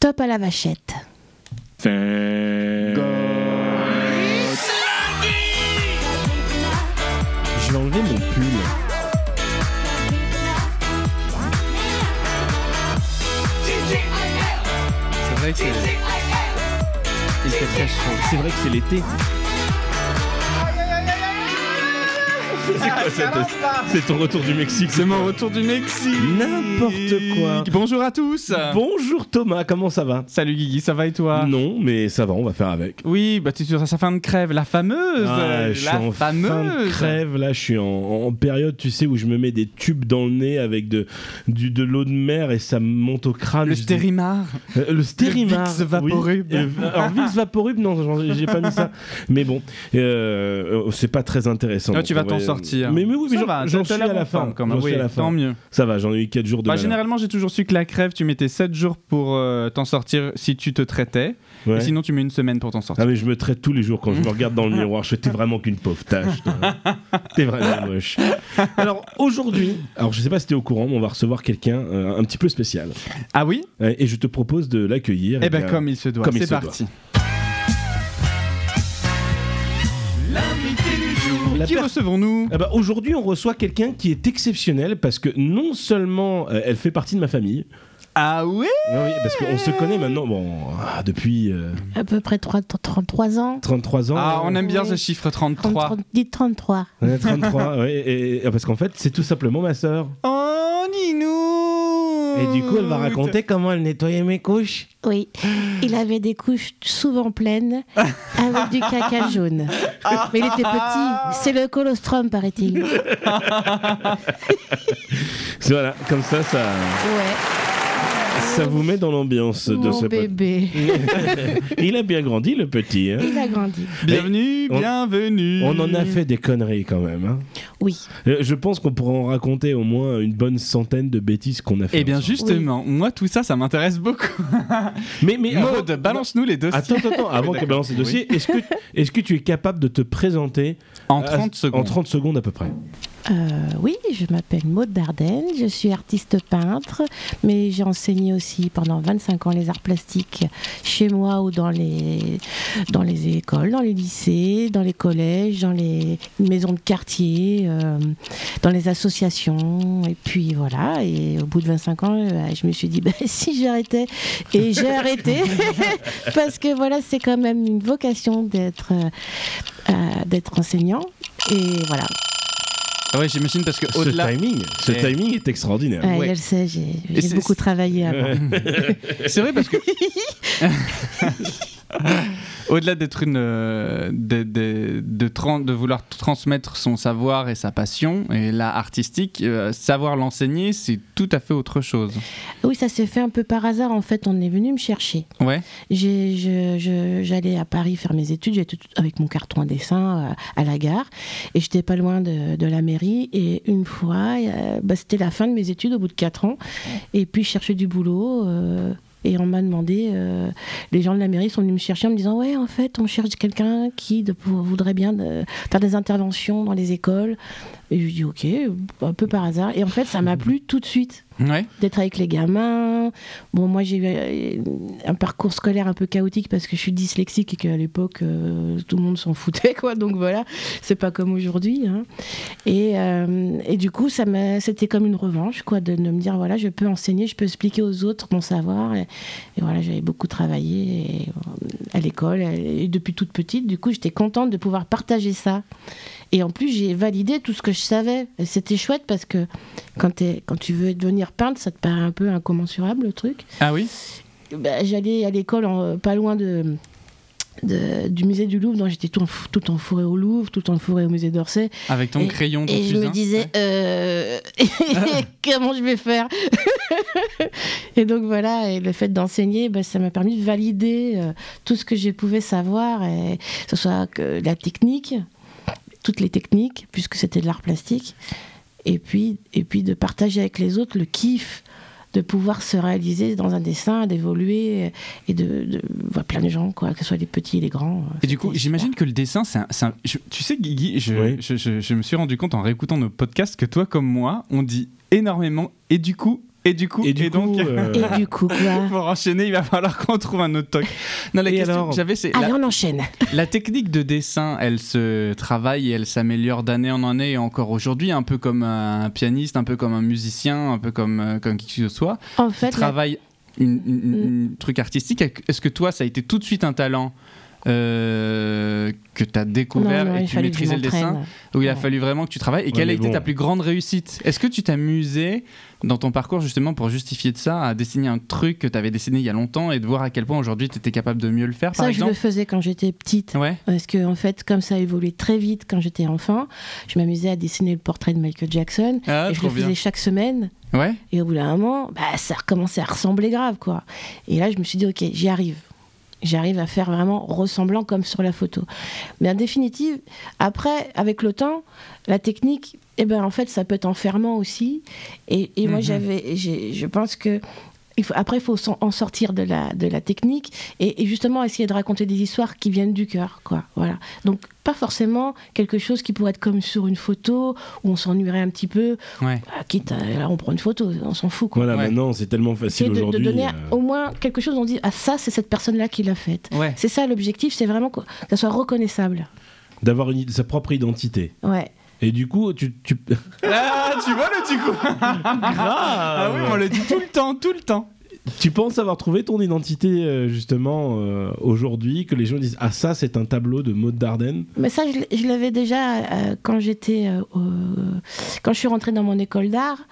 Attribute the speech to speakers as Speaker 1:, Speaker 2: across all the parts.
Speaker 1: Top à la vachette.
Speaker 2: Je vais enlever mon pull.
Speaker 3: C'est vrai que c'est. Il fait très chaud.
Speaker 2: C'est vrai que c'est l'été. C'est ton retour du Mexique.
Speaker 3: C'est mon retour du Mexique.
Speaker 2: N'importe quoi.
Speaker 3: Bonjour à tous.
Speaker 2: Bonjour Thomas, comment ça va
Speaker 3: Salut Guigui, ça va et toi
Speaker 2: Non, mais ça va, on va faire avec.
Speaker 3: Oui, bah tu es sur sa fin de crève, la fameuse.
Speaker 2: Ah,
Speaker 3: la
Speaker 2: je suis en
Speaker 3: fameuse.
Speaker 2: fin de crève, là je suis en, en période, tu sais, où je me mets des tubes dans le nez avec de, du, de l'eau de mer et ça me monte au crâne.
Speaker 3: Le
Speaker 2: Je dis-
Speaker 3: stérimar.
Speaker 2: Euh, le stérimar.
Speaker 3: Vicks Vaporub.
Speaker 2: oui. Euh, alors Vicks Vaporub, non, j'en- j'ai pas mis ça. Mais bon, euh, euh, c'est pas très intéressant.
Speaker 3: Ah,
Speaker 2: donc
Speaker 3: tu vas
Speaker 2: on
Speaker 3: t'en sortir.
Speaker 2: Mais, mais oui, mais
Speaker 3: Ça
Speaker 2: j'en-
Speaker 3: va,
Speaker 2: j'en
Speaker 3: t'as-
Speaker 2: suis
Speaker 3: t'as
Speaker 2: à la
Speaker 3: bonne
Speaker 2: fin.
Speaker 3: forme quand même.
Speaker 2: J'en suis
Speaker 3: Oui,
Speaker 2: à la
Speaker 3: Tant
Speaker 2: fin.
Speaker 3: mieux.
Speaker 2: Ça va, j'en ai eu 4 jours de
Speaker 3: Bah,
Speaker 2: malheur.
Speaker 3: généralement, j'ai toujours su que la crève, tu mettais 7 jours pour euh, t'en sortir si tu te traitais.
Speaker 2: Ouais.
Speaker 3: Et sinon, tu mets une semaine pour t'en sortir.
Speaker 2: Ah mais je me traite tous les jours quand je me regarde dans le miroir. Je fais, t'es vraiment qu'une pauvre tâche. toi. T'es vraiment moche. Alors aujourd'hui, alors je sais pas si t'es au courant, mais on va recevoir quelqu'un euh, un petit peu spécial.
Speaker 3: Ah oui
Speaker 2: Euh, Et je te propose de l'accueillir.
Speaker 3: Eh ben,
Speaker 2: bien,
Speaker 3: comme il se doit.
Speaker 2: comme il
Speaker 3: C'est
Speaker 2: se doit.
Speaker 3: parti.
Speaker 2: la
Speaker 3: Qui
Speaker 2: per-
Speaker 3: recevons-nous
Speaker 2: Ah bah, aujourd'hui, on reçoit quelqu'un qui est exceptionnel parce que non seulement euh, elle fait partie de ma famille,
Speaker 3: Ah oui
Speaker 2: Ah oui, parce qu'on se connaît maintenant bon, ah, depuis euh,
Speaker 1: À peu près 3 33 ans.
Speaker 2: 33 ans.
Speaker 3: Ah, on aime bien
Speaker 1: Oui.
Speaker 3: ce
Speaker 2: Oh.
Speaker 3: chiffre
Speaker 1: 30,
Speaker 3: 33.
Speaker 1: 30, dites 33.
Speaker 2: On a 33, ouais, et- et- parce qu'en fait, c'est tout simplement ma sœur.
Speaker 3: Oh, Ninou
Speaker 2: Et du coup,
Speaker 3: Oh,
Speaker 2: elle va raconter comment elle nettoyait mes couches.
Speaker 1: Oui. Il avait des couches souvent pleines avec du caca jaune. Mais il était petit. C'est le colostrum, paraît-il.
Speaker 2: C'est- Voilà, comme ça, ça,
Speaker 1: Ouais.
Speaker 2: ça vous met dans l'ambiance de
Speaker 1: Mon
Speaker 2: ce podcast.
Speaker 1: bébé.
Speaker 2: Il a bien grandi, le petit. hein.
Speaker 1: Il a grandi.
Speaker 3: Bienvenue,
Speaker 2: On-
Speaker 3: bienvenue.
Speaker 2: On en a fait des conneries quand même. hein.
Speaker 1: Oui.
Speaker 2: Euh, Je pense qu'on pourrait en raconter au moins une bonne centaine de bêtises qu'on a fait.
Speaker 3: Eh bien,
Speaker 2: ensemble.
Speaker 3: justement, moi, tout ça, ça m'intéresse beaucoup.
Speaker 2: Mais, mais avant-
Speaker 3: Maud, balance-nous les dossiers
Speaker 2: Attends, attends, attends, avant
Speaker 3: Oui,
Speaker 2: qu'elle balance les
Speaker 3: d'accord.
Speaker 2: dossiers, est-ce que, est-ce que tu es capable de te présenter
Speaker 3: en
Speaker 2: à-
Speaker 3: 30 secondes.
Speaker 2: euh, en 30 secondes à peu près
Speaker 1: Euh, oui, je m'appelle Maud Dardenne, je suis artiste peintre, mais j'ai enseigné aussi pendant 25 ans les arts plastiques chez moi ou dans les, dans les écoles, dans les lycées, dans les collèges, dans les maisons de quartier, euh, dans les associations. Et puis voilà, et au bout de 25 ans, euh, bah, je me suis dit, bah, si j'arrêtais, et j'ai arrêté, parce que voilà, c'est quand même une vocation d'être euh, euh, d'être enseignant. Et voilà,
Speaker 3: Ah Ouais, j'imagine parce que
Speaker 2: Ce
Speaker 3: au-delà,
Speaker 2: timing, ce
Speaker 3: Eh.
Speaker 2: timing est extraordinaire.
Speaker 1: Ouais,
Speaker 3: Ouais.
Speaker 1: Ah, Je le sais, j'ai
Speaker 3: Et
Speaker 1: j'ai
Speaker 3: c'est-
Speaker 1: beaucoup travaillé avant.
Speaker 3: c'est vrai parce que au-delà d'être une euh, de, de- de tran- de vouloir transmettre son savoir et sa passion et l'art artistique, euh, savoir l'enseigner, c'est tout à fait autre chose.
Speaker 1: Oui, ça s'est fait un peu par hasard. En fait, on est venu me chercher.
Speaker 3: Ouais.
Speaker 1: J'ai- je- je- J'allais à Paris faire mes études. J'étais tout- avec mon carton à dessin euh, à la gare. Et j'étais pas loin de, de la mairie. Et une fois, euh, bah, c'était la fin de mes études au bout de 4 ans. Et puis, je cherchais du boulot. euh, et on m'a demandé, euh, les gens de la mairie sont venus me chercher en me disant Ouais, en fait, on cherche quelqu'un qui de- voudrait bien de- faire des interventions dans les écoles. Et je dis Ok, un peu par hasard. Et en fait, ça m'a plu tout de suite
Speaker 3: Ouais.
Speaker 1: d'être avec les gamins. Bon, moi, j'ai eu euh, un parcours scolaire un peu chaotique parce que je suis dyslexique et qu'à l'époque, euh, tout le monde s'en foutait, quoi. Donc voilà, c'est pas comme aujourd'hui. hein. Et, euh, et du coup, ça m'a- c'était comme une revanche, quoi, de, de me dire, voilà, je peux enseigner, je peux expliquer aux autres mon savoir. Et, et voilà, j'avais beaucoup travaillé et, euh, à l'école et depuis toute petite. Du coup, j'étais contente de pouvoir partager ça. Et en plus, j'ai validé tout ce que je savais. Et C'était chouette parce que quand, t'es- quand tu veux devenir peintre, ça te paraît un peu incommensurable le truc.
Speaker 3: Ah oui.
Speaker 1: Bah, J'allais à l'école en- euh, pas loin de, de- du musée du Louvre, donc j'étais tout, enf- tout enfourré au Louvre, tout enfourré au musée d'Orsay.
Speaker 3: Avec ton crayon, ton
Speaker 1: Et je me
Speaker 3: fusain.
Speaker 1: disais, euh, comment je vais faire Et donc voilà, et le fait d'enseigner, bah, ça m'a permis de valider euh, tout ce que je pouvais savoir, et que ce soit que la technique, toutes les techniques, puisque c'était de l'art plastique, et puis, et puis de partager avec les autres le kiff de pouvoir se réaliser dans un dessin, d'évoluer, et de, de voir plein de gens, quoi, que ce soit les petits et les grands. euh,
Speaker 3: Et du coup,
Speaker 1: C'était
Speaker 3: j'imagine que le dessin, c'est un. c'est un- je- tu sais, Guigui, je,
Speaker 2: Oui.
Speaker 3: je, je- je me suis rendu compte en réécoutant nos podcasts que toi, comme moi, on dit énormément et du coup, Et du coup,
Speaker 2: Et du coup,
Speaker 3: donc,
Speaker 2: euh,
Speaker 1: Et du coup, quoi
Speaker 3: pour enchaîner, il va falloir qu'on trouve un autre toc. Non, la
Speaker 2: Et
Speaker 3: question
Speaker 2: alors
Speaker 3: que j'avais, c'est
Speaker 1: Allez,
Speaker 3: la,
Speaker 1: on enchaîne.
Speaker 3: la technique de dessin, elle se travaille et elle s'améliore d'année en année et encore aujourd'hui, un peu comme un pianiste, un peu comme un musicien, un peu comme, euh, comme qui que ce soit.
Speaker 1: En
Speaker 3: qui
Speaker 1: fait, la-
Speaker 3: travaille une, une-
Speaker 1: Mm.
Speaker 3: une- truc artistique. Est-ce que toi, ça a été tout de suite un talent euh, que tu as découvert
Speaker 1: Non, non,
Speaker 3: et
Speaker 1: il
Speaker 3: tu
Speaker 1: fallait que je
Speaker 3: maîtrisais le dessin
Speaker 1: m'entraîne.
Speaker 3: Ou il a
Speaker 1: Ouais.
Speaker 3: fallu vraiment que tu travailles Et
Speaker 2: Ouais,
Speaker 3: quelle a
Speaker 2: mais
Speaker 3: été
Speaker 2: bon.
Speaker 3: ta plus grande réussite Est-ce que tu t'amusais dans ton parcours justement pour justifier de ça à dessiner un truc que tu avais dessiné il y a longtemps et de voir à quel point aujourd'hui tu étais capable de mieux le faire par
Speaker 1: Ça, je le
Speaker 3: exemple
Speaker 1: faisais quand j'étais petite.
Speaker 3: Ouais.
Speaker 1: Parce que, en fait, comme ça a évolué très vite quand j'étais enfant, je m'amusais à dessiner le portrait de Michael Jackson.
Speaker 3: Ah,
Speaker 1: et je
Speaker 3: trop
Speaker 1: le
Speaker 3: bien.
Speaker 1: faisais chaque semaine.
Speaker 3: Ouais.
Speaker 1: Et au bout d'un moment, bah, ça recommençait à ressembler grave, quoi. Et là, je me suis dit, ok, j'y arrive. J'arrive à faire vraiment ressemblant comme sur la photo. Mais en définitive, après, avec le temps, la technique, eh ben, en fait, ça peut être enfermant aussi. Et, et moi,
Speaker 3: Mhm.
Speaker 1: j'avais, j'ai- je pense que. il faut- après, il faut s'en- en sortir de la, de la technique et, et justement essayer de raconter des histoires qui viennent du cœur. Quoi. Voilà. Donc, pas forcément quelque chose qui pourrait être comme sur une photo où on s'ennuierait un petit peu,
Speaker 3: Ouais.
Speaker 1: ah, quitte, à- là on prend une photo, on s'en fout quoi.
Speaker 2: Voilà,
Speaker 3: Ouais.
Speaker 2: maintenant c'est tellement
Speaker 1: Essayer
Speaker 2: facile
Speaker 1: de- de,
Speaker 2: aujourd'hui.
Speaker 1: donner
Speaker 2: euh,
Speaker 1: au moins quelque chose, on dit ah ça c'est cette personne là qui l'a faite.
Speaker 3: Ouais.
Speaker 1: C'est ça l'objectif, c'est vraiment que que ça soit reconnaissable.
Speaker 2: D'avoir une- sa propre identité.
Speaker 1: Ouais.
Speaker 2: Et du coup, tu. tu-
Speaker 3: Ah, tu vois le du coup Ah oui, on le dit tout le temps, tout le temps.
Speaker 2: Tu penses avoir trouvé ton identité euh, justement euh, aujourd'hui, que les gens disent Ah, ça, c'est un tableau de Maud Dardenne
Speaker 1: Mais ça je l'ai- je l'avais déjà euh, quand j'étais euh, au- quand je suis rentrée dans mon école d'art.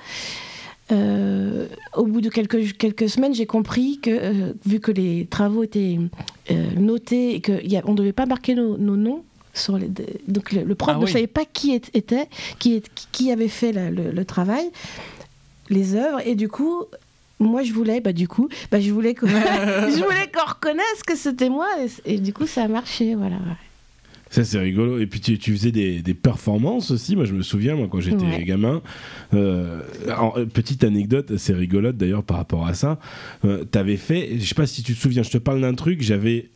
Speaker 1: euh, au bout de quelques, quelques semaines, j'ai compris que, euh, vu que les travaux étaient euh, notés et qu'on ne devait pas marquer nos, nos noms, sur les, de- donc le, le prof
Speaker 3: Ah
Speaker 1: ne
Speaker 3: oui.
Speaker 1: savait pas qui est- était, qui, est- qui avait fait la- le, le travail, les œuvres, et du coup, moi je voulais, bah du coup, bah je voulais qu'on je voulais qu'on reconnaisse que c'était moi, et, c- et du coup ça a marché, voilà.
Speaker 2: Ça, c'est rigolo. Et puis, tu, tu faisais des, des performances aussi. Moi, je me souviens, moi, quand j'étais
Speaker 1: Ouais.
Speaker 2: gamin. euh, en- euh, petite anecdote assez rigolote, d'ailleurs, par rapport à ça. Euh, T'avais fait... Je sais pas si tu te souviens, je te parle d'un truc. J'avais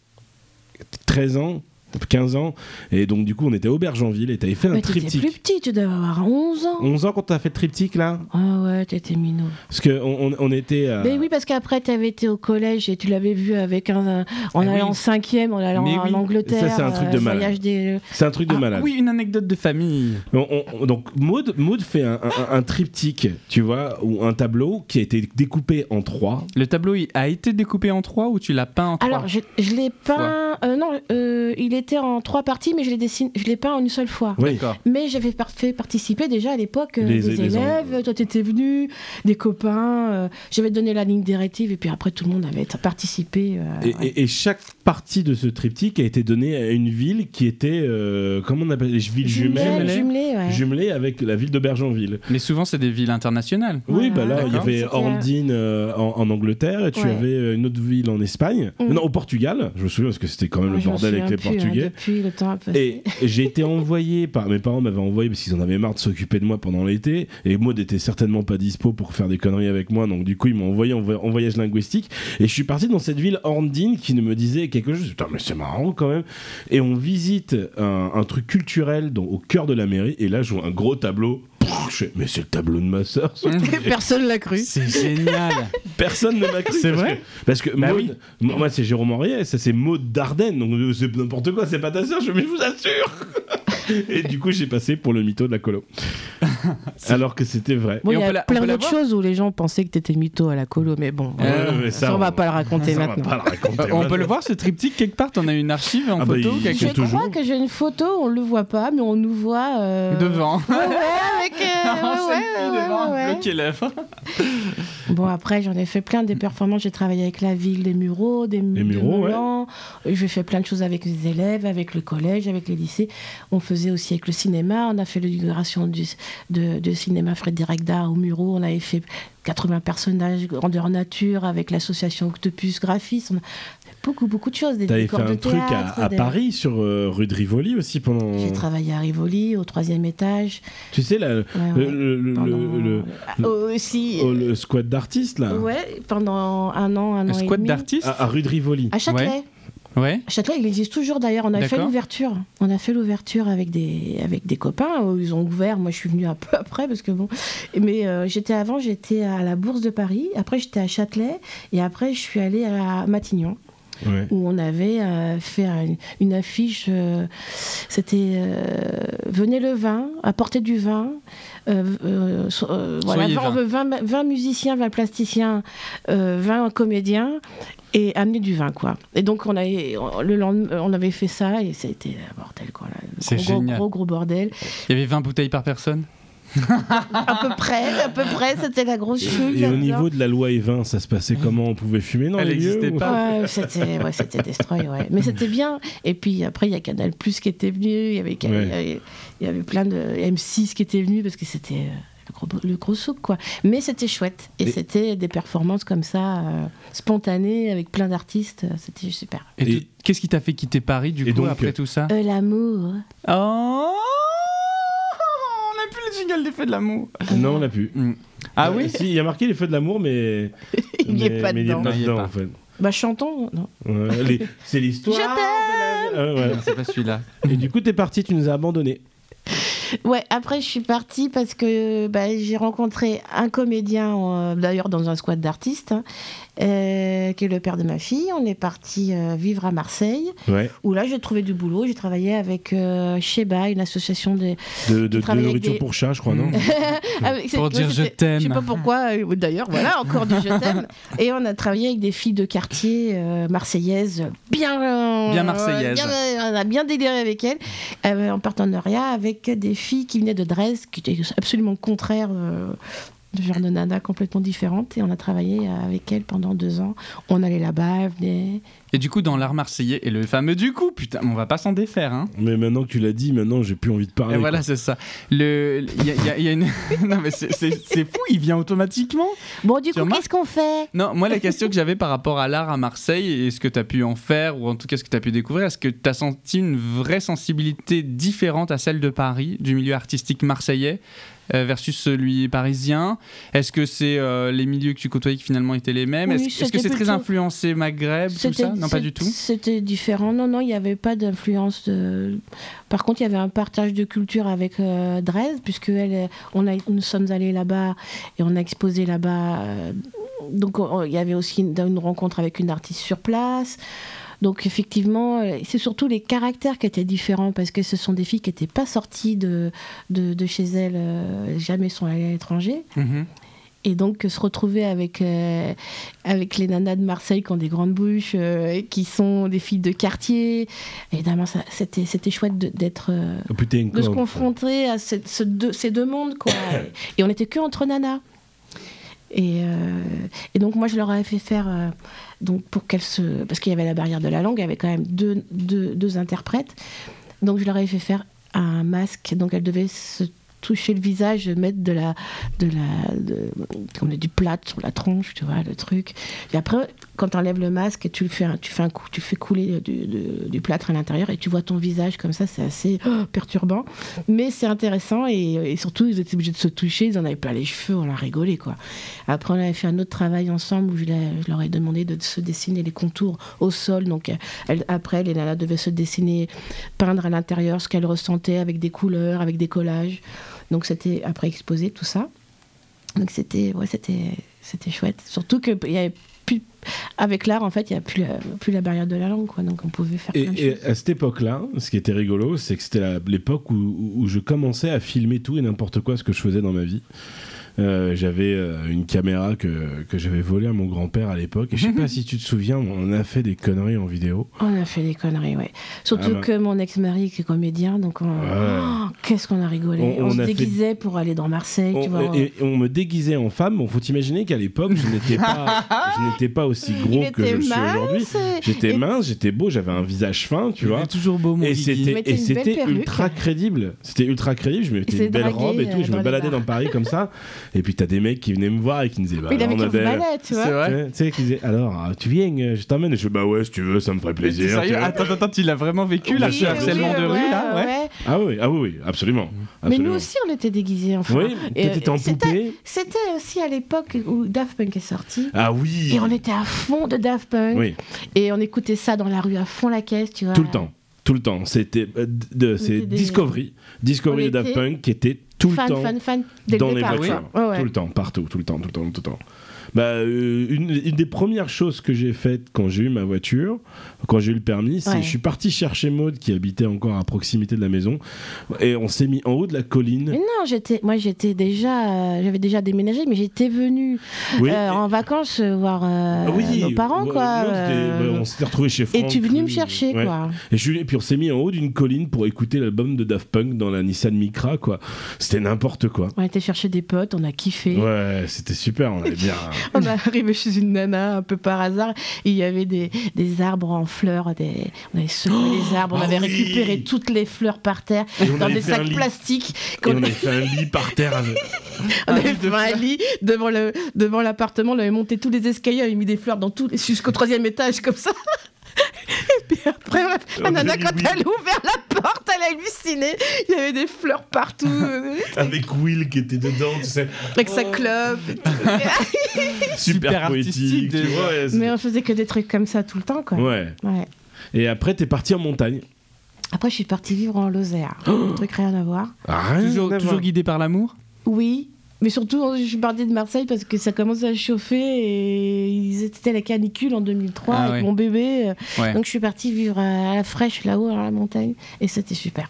Speaker 2: 13 ans, 15 ans. Et donc, du coup, on était à Aubergenville. Et t'avais fait un
Speaker 1: Mais t'étais plus
Speaker 2: triptyque. Mm.
Speaker 1: petit, tu devais avoir 11 ans.
Speaker 2: 11 ans quand t'as fait le triptyque, là
Speaker 1: Ah ouais, t'étais minot.
Speaker 2: Parce qu'on on, on était... à-
Speaker 1: Mais Ben oui, parce qu'après, tu avais été au collège et tu l'avais vu avec un, un- en
Speaker 3: Eh oui.
Speaker 1: allant en cinquième, en allant
Speaker 3: Mais oui.
Speaker 1: en Angleterre.
Speaker 2: Ça, c'est un truc
Speaker 1: euh,
Speaker 2: de
Speaker 1: le
Speaker 2: malade.
Speaker 1: voyage des-
Speaker 2: C'est un truc de
Speaker 3: Ah,
Speaker 2: malade.
Speaker 3: oui, une anecdote de famille.
Speaker 2: On- on- on- donc Maud, Maud fait un, un- un triptyque, tu vois, ou un tableau qui a été découpé en trois.
Speaker 3: Le tableau il a été découpé en trois ou tu l'as peint en trois
Speaker 1: Alors, je, je l'ai peint. euh, non, euh, il était en trois parties, mais je l'ai dessiné, je l'ai peint en une seule fois.
Speaker 2: Oui.
Speaker 1: Mais j'avais par- fait participer déjà à l'époque euh,
Speaker 2: Les-
Speaker 1: des
Speaker 2: e-, les
Speaker 1: élèves, toi t'étais venu, des copains, euh, j'avais donné la ligne directive et puis après tout le monde avait participé. euh,
Speaker 2: Et,
Speaker 1: ouais.
Speaker 2: et- et chaque partie de ce triptyque a été donnée à une ville qui était, euh, comment on appelle, les villes
Speaker 1: Jumelé,
Speaker 2: jumelles,
Speaker 1: jumelé, ouais.
Speaker 2: jumelée avec la ville d'Aubergenville.
Speaker 3: Mais souvent, c'est des villes internationales.
Speaker 1: Voilà.
Speaker 2: Oui, bah là, il y
Speaker 3: D'accord.
Speaker 2: avait
Speaker 1: C'était-
Speaker 2: Orndine euh, en, en Angleterre et tu
Speaker 1: Ouais.
Speaker 2: avais euh, une autre ville en Espagne,
Speaker 1: Mm.
Speaker 2: non, au Portugal, je me souviens parce que c'était quand même
Speaker 1: Moi,
Speaker 2: le
Speaker 1: je m'en
Speaker 2: bordel avec
Speaker 1: souviens
Speaker 2: les
Speaker 1: plus, hein,
Speaker 2: Portugais.
Speaker 1: depuis le temps a passé.
Speaker 2: Et j'ai été envoyé par mes parents m'avaient envoyé parce qu'ils en avaient marre de s'occuper de moi pendant l'été et Maud était certainement pas dispo pour faire des conneries avec moi donc du coup ils m'ont envoyé en, voy- en voyage linguistique et je suis parti dans cette ville Orndine qui ne me disait quelque chose putain mais c'est marrant quand même et on visite un, un truc culturel dans- au cœur de la mairie et là je vois un gros tableau Pouf, je fais, mais c'est le tableau de ma sœur ça.
Speaker 1: Personne l'a cru.
Speaker 3: Hein C'est génial.
Speaker 2: personne ne m'a cru
Speaker 3: C'est
Speaker 2: parce
Speaker 3: vrai
Speaker 2: que- parce que
Speaker 3: Bah
Speaker 2: Maud-
Speaker 3: oui.
Speaker 2: moi moi, c'est Jérôme Henriet ça c'est Maud Dardenne donc euh, c'est n'importe quoi c'est pas ta sœur je mais je vous assure et du coup j'ai passé pour le mytho de la colo alors que c'était vrai
Speaker 1: Bon,
Speaker 3: Et
Speaker 1: il y
Speaker 3: on peut
Speaker 1: a
Speaker 3: la- on
Speaker 1: plein
Speaker 3: peut la
Speaker 1: d'autres
Speaker 3: voir
Speaker 1: choses où les gens pensaient que t'étais mytho à la colo, mais bon,
Speaker 2: Ouais,
Speaker 1: euh,
Speaker 2: ouais,
Speaker 1: ça, on va pas le raconter
Speaker 2: ça, on va
Speaker 1: maintenant. Euh,
Speaker 2: pas le raconter
Speaker 3: Euh, on peut
Speaker 2: maintenant.
Speaker 3: le voir ce triptyque quelque part. T'en as une archive en
Speaker 2: Ah bah,
Speaker 3: photo
Speaker 2: il-
Speaker 3: quelque
Speaker 1: Je
Speaker 2: Ils sont
Speaker 1: crois
Speaker 2: toujours-
Speaker 1: que j'ai une photo, on le voit pas, mais on nous voit. euh,
Speaker 3: devant.
Speaker 1: Ouais, ouais, avec. euh, ouais,
Speaker 3: En
Speaker 1: ouais,
Speaker 3: selfie
Speaker 1: ouais,
Speaker 3: devant,
Speaker 1: ouais, ouais.
Speaker 3: bloquer l'œuvre.
Speaker 1: Bon, après, j'en ai fait plein des performances. J'ai travaillé avec la ville, des Mureaux, des
Speaker 2: Les Mureaux, ouais.
Speaker 1: Mureaux. J'ai fait plein de choses avec les élèves, avec le collège, avec les lycées. On faisait aussi avec le cinéma. On a fait l'inauguration du de, de cinéma Frédéric Dard au Mureaux. On avait fait 80 personnages, grandeur nature, avec l'association Octopus Graphisme. On a fait beaucoup, beaucoup de choses. Des
Speaker 2: T'avais fait
Speaker 1: décors de
Speaker 2: un truc à,
Speaker 1: théâtre,
Speaker 2: à
Speaker 1: des-
Speaker 2: Paris sur euh, rue de Rivoli aussi pendant.
Speaker 1: J'ai travaillé à Rivoli, au troisième étage.
Speaker 2: Tu sais la- le,
Speaker 1: Ouais, Ah ouais.
Speaker 2: le- le-
Speaker 1: Pendant-
Speaker 2: le-
Speaker 1: Ah, aussi.
Speaker 2: oh, le squat d'artistes là
Speaker 1: Ouais, pendant un an, un
Speaker 3: Le
Speaker 1: an et
Speaker 3: squat
Speaker 1: demi.
Speaker 3: d'artiste.
Speaker 2: Ah, à, à rue de Rivoli.
Speaker 1: À Châtelet.
Speaker 3: Ouais.
Speaker 2: ah.
Speaker 3: Ouais.
Speaker 1: Châtelet, il existe toujours d'ailleurs. On a fait
Speaker 3: D'accord.
Speaker 1: l'ouverture. On a fait l'ouverture avec des, avec des copains. euh, Ils ont ouvert. Moi, je suis venue un peu après parce que bon. Mais euh, j'étais avant, j'étais à la Bourse de Paris. Après, j'étais à Châtelet. Et après, je suis allée à Matignon
Speaker 2: Ouais.
Speaker 1: où on avait euh, fait un- une affiche. euh, C'était euh, Venez le vin, apportez du vin. euh, euh, so- euh, voilà,
Speaker 3: Soyez
Speaker 1: vingt- on
Speaker 3: vin.
Speaker 1: veut 20, musiciens, 20 plasticiens, euh, 20 comédiens et amener du vin quoi. Et donc on avait on- le lendemain, on avait fait ça et c'était un bordel quoi là.
Speaker 3: C'est
Speaker 1: Gros, gros,
Speaker 3: génial.
Speaker 1: gros gros bordel.
Speaker 3: Il y avait 20 bouteilles par personne.
Speaker 1: à peu près, à peu près, c'était la grosse chute.
Speaker 2: Et, et au niveau de la loi E20, ça se passait comment On pouvait fumer dans
Speaker 3: Elle
Speaker 2: les lieux
Speaker 3: existait
Speaker 2: ou-
Speaker 3: pas.
Speaker 1: Ouais, c'était ouais, c'était Destroy, ouais. Mais c'était bien. Et puis après, il y a Canal Plus qui était venu, il y avait, il y
Speaker 2: Ouais.
Speaker 1: avait- il y avait plein de M6 qui était venu parce que c'était euh, le gros, le gros souk, quoi. Mais c'était chouette. Et,
Speaker 2: Et-
Speaker 1: c'était des performances comme ça, euh, spontanées, avec plein d'artistes. C'était super.
Speaker 3: Et,
Speaker 2: Et-
Speaker 3: tout- qu'est-ce qui t'a fait quitter Paris du
Speaker 2: Et
Speaker 3: coup
Speaker 2: donc,
Speaker 3: après tout ça
Speaker 1: Euh, L'amour.
Speaker 3: Oh On a plus le jingle des faits de l'amour.
Speaker 2: Non, on l'a pu.
Speaker 3: Ah
Speaker 2: Euh,
Speaker 3: oui
Speaker 2: Si, il y a marqué les feux de l'amour, mais.
Speaker 1: Il n'y
Speaker 2: mais-
Speaker 1: est pas
Speaker 2: mais
Speaker 1: dedans.
Speaker 2: Il est pas
Speaker 3: Non, il y est
Speaker 2: dedans,
Speaker 3: pas.
Speaker 2: en fait.
Speaker 1: Bah, chantons. Non.
Speaker 2: Ouais, les- C'est l'histoire.
Speaker 1: Je
Speaker 2: de la- Euh,
Speaker 3: Non, C'est pas celui-là.
Speaker 2: ouais. Et du coup, t'es parti, tu nous as abandonnés.
Speaker 1: Ouais, après je suis partie parce que bah, j'ai rencontré un comédien, euh, d'ailleurs dans un squad d'artistes, hein, euh, qui est le père de ma fille. On est parti euh, vivre à Marseille,
Speaker 2: Ouais.
Speaker 1: où là j'ai trouvé du boulot. J'ai travaillé avec euh, Sheba, une association de.
Speaker 2: De, de- de
Speaker 1: travaillais avec
Speaker 2: nourriture
Speaker 1: des-
Speaker 2: pour chat, je crois, non
Speaker 1: Avec-
Speaker 3: Pour
Speaker 1: ouais,
Speaker 3: dire je
Speaker 1: c'était-
Speaker 3: t'aime.
Speaker 1: Je sais pas pourquoi, euh, d'ailleurs, voilà, encore du je t'aime. Et on a travaillé avec des filles de quartier euh, marseillaises, bien. euh,
Speaker 3: Bien marseillaises.
Speaker 1: bien, euh, on a bien déliré avec elles, euh, en partenariat avec des filles qui venaient de Dresde, qui étaient absolument contraires. euh, de genre de nana complètement différente et on a travaillé avec elles pendant deux ans. On allait là-bas, elles venaient.
Speaker 3: Et du coup, dans l'art marseillais, et le fameux du coup, putain, on va pas s'en défaire, hein.
Speaker 2: Mais maintenant que tu l'as dit, maintenant j'ai plus envie de
Speaker 3: Et
Speaker 2: parler.
Speaker 3: voilà, c'est ça. Le, il y a, il y a- il y a une. non, mais c'est- c'est c'est fou, il vient automatiquement.
Speaker 1: Bon, du
Speaker 3: Tu
Speaker 1: coup,
Speaker 3: remarques-
Speaker 1: qu'est-ce qu'on fait
Speaker 3: Non, moi, la question que j'avais par rapport à l'art à Marseille et ce que tu as pu en faire, ou en tout cas ce que tu as pu découvrir, est-ce que tu as senti une vraie sensibilité différente à celle de Paris, du milieu artistique marseillais euh, versus celui parisien Est-ce que c'est euh, les milieux que tu côtoyais qui finalement étaient les mêmes
Speaker 1: Oui,
Speaker 3: Est-ce est-ce que
Speaker 1: c'était
Speaker 3: c'est très
Speaker 1: plutôt-
Speaker 3: influencé Maghreb, tout
Speaker 1: C'était-
Speaker 3: ça Non, pas
Speaker 1: c'est-
Speaker 3: du tout.
Speaker 1: C'était différent. Non, non, il n'y avait pas d'influence. De... Par contre, il y avait un partage de culture avec euh, Dresde, puisque elle, euh, on a, nous sommes allés là-bas et on a exposé là-bas. euh, donc, on- il y avait aussi une, une rencontre avec une artiste sur place. Donc, effectivement, euh, c'est surtout les caractères qui étaient différents, parce que ce sont des filles qui n'étaient pas sorties de, de, de chez elles, euh, jamais sont allées à l'étranger.
Speaker 3: Mhm.
Speaker 1: Et donc euh, se retrouver avec, euh, avec les nanas de Marseille qui ont des grandes bouches, euh, et qui sont des filles de quartier, évidemment ça- c'était c'était chouette de- d'être... euh,
Speaker 2: Oh, putain,
Speaker 1: de se
Speaker 2: encore.
Speaker 1: confronter à cette- ce deux- ces deux mondes, quoi. et on était que entre nanas. Et, euh, et donc moi je leur avais fait faire euh, donc pour qu'elles se parce qu'il y avait la barrière de la langue, il y avait quand même deux, deux, deux interprètes, donc je leur avais fait faire un masque, donc elles devaient se toucher le visage, mettre de la de la de- comme du plâtre sur la tronche, tu vois le truc. Et après quand tu enlèves le masque, et tu le fais un- tu fais un coup, tu fais couler du, du- du plâtre à l'intérieur et tu vois ton visage comme ça, c'est assez oh, perturbant, mais c'est intéressant et, et surtout ils étaient obligés de se toucher, ils en avaient plein les cheveux, on a rigolé quoi. Après on avait fait un autre travail ensemble où je, l'ai- je leur ai demandé de se dessiner les contours au sol, donc euh, elles- après les nanas devaient se dessiner, peindre à l'intérieur ce qu'elles ressentaient avec des couleurs, avec des collages, donc c'était après exposé tout ça, donc c'était ouais c'était c'était chouette, surtout que il y avait plus- avec l'art, en fait, il n'y a plus la, plus la barrière de la langue, quoi. Donc, on pouvait faire
Speaker 2: Et,
Speaker 1: plein de
Speaker 2: et
Speaker 1: choses.
Speaker 2: à cette époque-là, ce qui était rigolo, c'est que c'était la- l'époque où, où- où je commençais à filmer tout et n'importe quoi ce que je faisais dans ma vie. Euh, j'avais euh, une caméra que, que j'avais volée à mon grand-père à l'époque. Et je sais pas si tu te souviens, on a fait des conneries en vidéo.
Speaker 1: On a fait des conneries, ouais. Surtout
Speaker 2: Ah bah.
Speaker 1: que mon ex-mari qui est comédien, donc on...
Speaker 2: Ouais.
Speaker 1: Oh, qu'est-ce qu'on a rigolé.
Speaker 2: On-
Speaker 1: On,
Speaker 2: on
Speaker 1: se
Speaker 2: a fait-
Speaker 1: déguisait pour aller dans Marseille, tu vois.
Speaker 2: On- et, et on me déguisait en femme. Bon, faut imaginer qu'à l'époque, je n'étais pas, je n'étais pas aussi gros
Speaker 1: Il
Speaker 2: que
Speaker 1: était
Speaker 2: je le suis
Speaker 1: mince,
Speaker 2: aujourd'hui.
Speaker 1: et-
Speaker 2: J'étais mince, j'étais beau, j'avais un visage fin, tu
Speaker 3: Il
Speaker 2: vois.
Speaker 3: est toujours beau, mon
Speaker 2: Et
Speaker 3: Guigui.
Speaker 2: c'était
Speaker 1: mettait
Speaker 2: et
Speaker 1: une belle
Speaker 2: c'était
Speaker 1: perruque.
Speaker 2: ultra crédible. C'était ultra crédible. Je
Speaker 1: Il
Speaker 2: mettais
Speaker 1: s'est
Speaker 2: une belle
Speaker 1: dragué,
Speaker 2: robe et tout.
Speaker 1: euh,
Speaker 2: et je
Speaker 1: dans
Speaker 2: me
Speaker 1: les
Speaker 2: baladais
Speaker 1: bars.
Speaker 2: dans Paris comme ça. Et puis t'as des mecs qui venaient me voir et qui me disaient bah
Speaker 1: il
Speaker 2: alors,
Speaker 1: avait 15
Speaker 2: Annabelle,
Speaker 1: balais, tu
Speaker 3: C'est
Speaker 1: vois.
Speaker 3: vrai.
Speaker 2: tu sais, qui disaient alors tu viens, euh, je t'emmène. Et je fais bah ouais si tu veux, ça me ferait
Speaker 3: Mais t'es
Speaker 2: plaisir.
Speaker 3: sérieux
Speaker 2: tu vois.
Speaker 3: attends, attends, attends, il a vraiment vécu là,
Speaker 2: Oui,
Speaker 3: ce
Speaker 2: oui,
Speaker 3: harcèlement de
Speaker 1: ouais,
Speaker 3: rue là ouais.
Speaker 1: ouais.
Speaker 2: Ah oui, ah oui, oui, absolument.
Speaker 1: Mais nous
Speaker 2: absolument.
Speaker 1: aussi, on était déguisés, enfin.
Speaker 2: Oui,
Speaker 1: Et, euh,
Speaker 2: t'étais en
Speaker 1: c'était-
Speaker 2: poupée.
Speaker 1: C'était aussi à l'époque où Daft Punk est sorti.
Speaker 2: Ah oui.
Speaker 1: Et on était à fond de Daft Punk.
Speaker 2: Oui.
Speaker 1: Et on écoutait ça dans la rue à fond la caisse, tu vois.
Speaker 2: Tout le temps. Tout le temps. C'était euh, d- de- c'est
Speaker 1: était des-
Speaker 2: Discovery. Discovery
Speaker 1: On
Speaker 2: de Daft
Speaker 1: était
Speaker 2: Punk qui était tout
Speaker 1: fan,
Speaker 2: le temps
Speaker 1: fan, fan, dès
Speaker 2: dans
Speaker 1: le
Speaker 2: les
Speaker 1: départ.
Speaker 2: voitures.
Speaker 1: quoi. Ouais, ouais.
Speaker 2: Tout le temps, partout, tout le temps, tout le temps, tout le temps. Bah, euh, une, une des premières choses que j'ai faites quand j'ai eu ma voiture, quand j'ai eu le permis, c'est
Speaker 1: Ouais.
Speaker 2: je suis parti chercher Maude qui habitait encore à proximité de la maison et on s'est mis en haut de la colline.
Speaker 1: Mais non, j'étais, moi j'étais déjà, euh, j'avais déjà déménagé, mais j'étais venue
Speaker 2: Oui,
Speaker 1: euh,
Speaker 2: et-
Speaker 1: en vacances euh, voir euh,
Speaker 2: Ah oui,
Speaker 1: nos parents,
Speaker 2: ouais,
Speaker 1: quoi.
Speaker 2: non, c'était-
Speaker 1: euh,
Speaker 2: ouais, on s'était retrouvés chez Franck.
Speaker 1: et tu es venu me
Speaker 2: lui,
Speaker 1: chercher,
Speaker 2: ouais.
Speaker 1: quoi.
Speaker 2: Et, je suis- et puis on s'est mis en haut d'une colline pour écouter l'album de Daft Punk dans la Nissan Micra, quoi. C'était n'importe quoi.
Speaker 1: On était chercher des potes, on a kiffé.
Speaker 2: Ouais, c'était super, on avait bien.
Speaker 1: On est arrivé chez une nana un peu par hasard. Il y avait des, des arbres en fleurs. Des... On avait secoué les arbres. On
Speaker 2: ah
Speaker 1: avait
Speaker 2: oui
Speaker 1: récupéré toutes les fleurs par terre
Speaker 2: Et on
Speaker 1: dans
Speaker 2: avait
Speaker 1: des
Speaker 2: fait un
Speaker 1: sacs
Speaker 2: lit.
Speaker 1: plastiques.
Speaker 2: Et
Speaker 1: qu'on-
Speaker 2: on avait fait un lit par terre. avec-
Speaker 1: on
Speaker 3: un
Speaker 1: avait
Speaker 3: lit de
Speaker 1: fait un lit Ah, devant le devant l'appartement. On avait monté tous les escaliers. On avait mis des fleurs dans tout jusqu'au troisième étage comme ça. Et puis après, la, la
Speaker 3: Euh,
Speaker 2: On
Speaker 1: nana,
Speaker 2: avait
Speaker 1: quand
Speaker 2: mis
Speaker 1: elle a ouvert la porte, elle a halluciné. Il y avait des fleurs partout, euh,
Speaker 2: avec Will qui était dedans, tu sais,
Speaker 1: avec
Speaker 3: Oh.
Speaker 1: sa clope. et tout.
Speaker 2: super,
Speaker 3: Super
Speaker 2: poétique,
Speaker 3: artistique,
Speaker 2: tu
Speaker 3: déjà.
Speaker 2: vois. ouais,
Speaker 1: Mais
Speaker 2: c'est-
Speaker 1: on faisait que des trucs comme ça tout le temps, quoi.
Speaker 2: Ouais.
Speaker 1: Ouais.
Speaker 2: Et après, t'es parti en montagne.
Speaker 1: Après, je suis partie vivre en Lozère.
Speaker 3: Oh.
Speaker 1: Un truc rien à voir.
Speaker 2: Rien
Speaker 3: Toujours,
Speaker 2: à
Speaker 3: toujours
Speaker 2: voir.
Speaker 3: guidé par l'amour
Speaker 1: Oui, mais surtout, je suis partie de Marseille parce que ça commençait à chauffer et ils étaient à la canicule en 2003
Speaker 3: Ah
Speaker 1: avec
Speaker 3: ouais.
Speaker 1: mon bébé.
Speaker 3: Ouais.
Speaker 1: Donc, je suis partie vivre à la fraîche là-haut, dans la montagne. Et c'était super.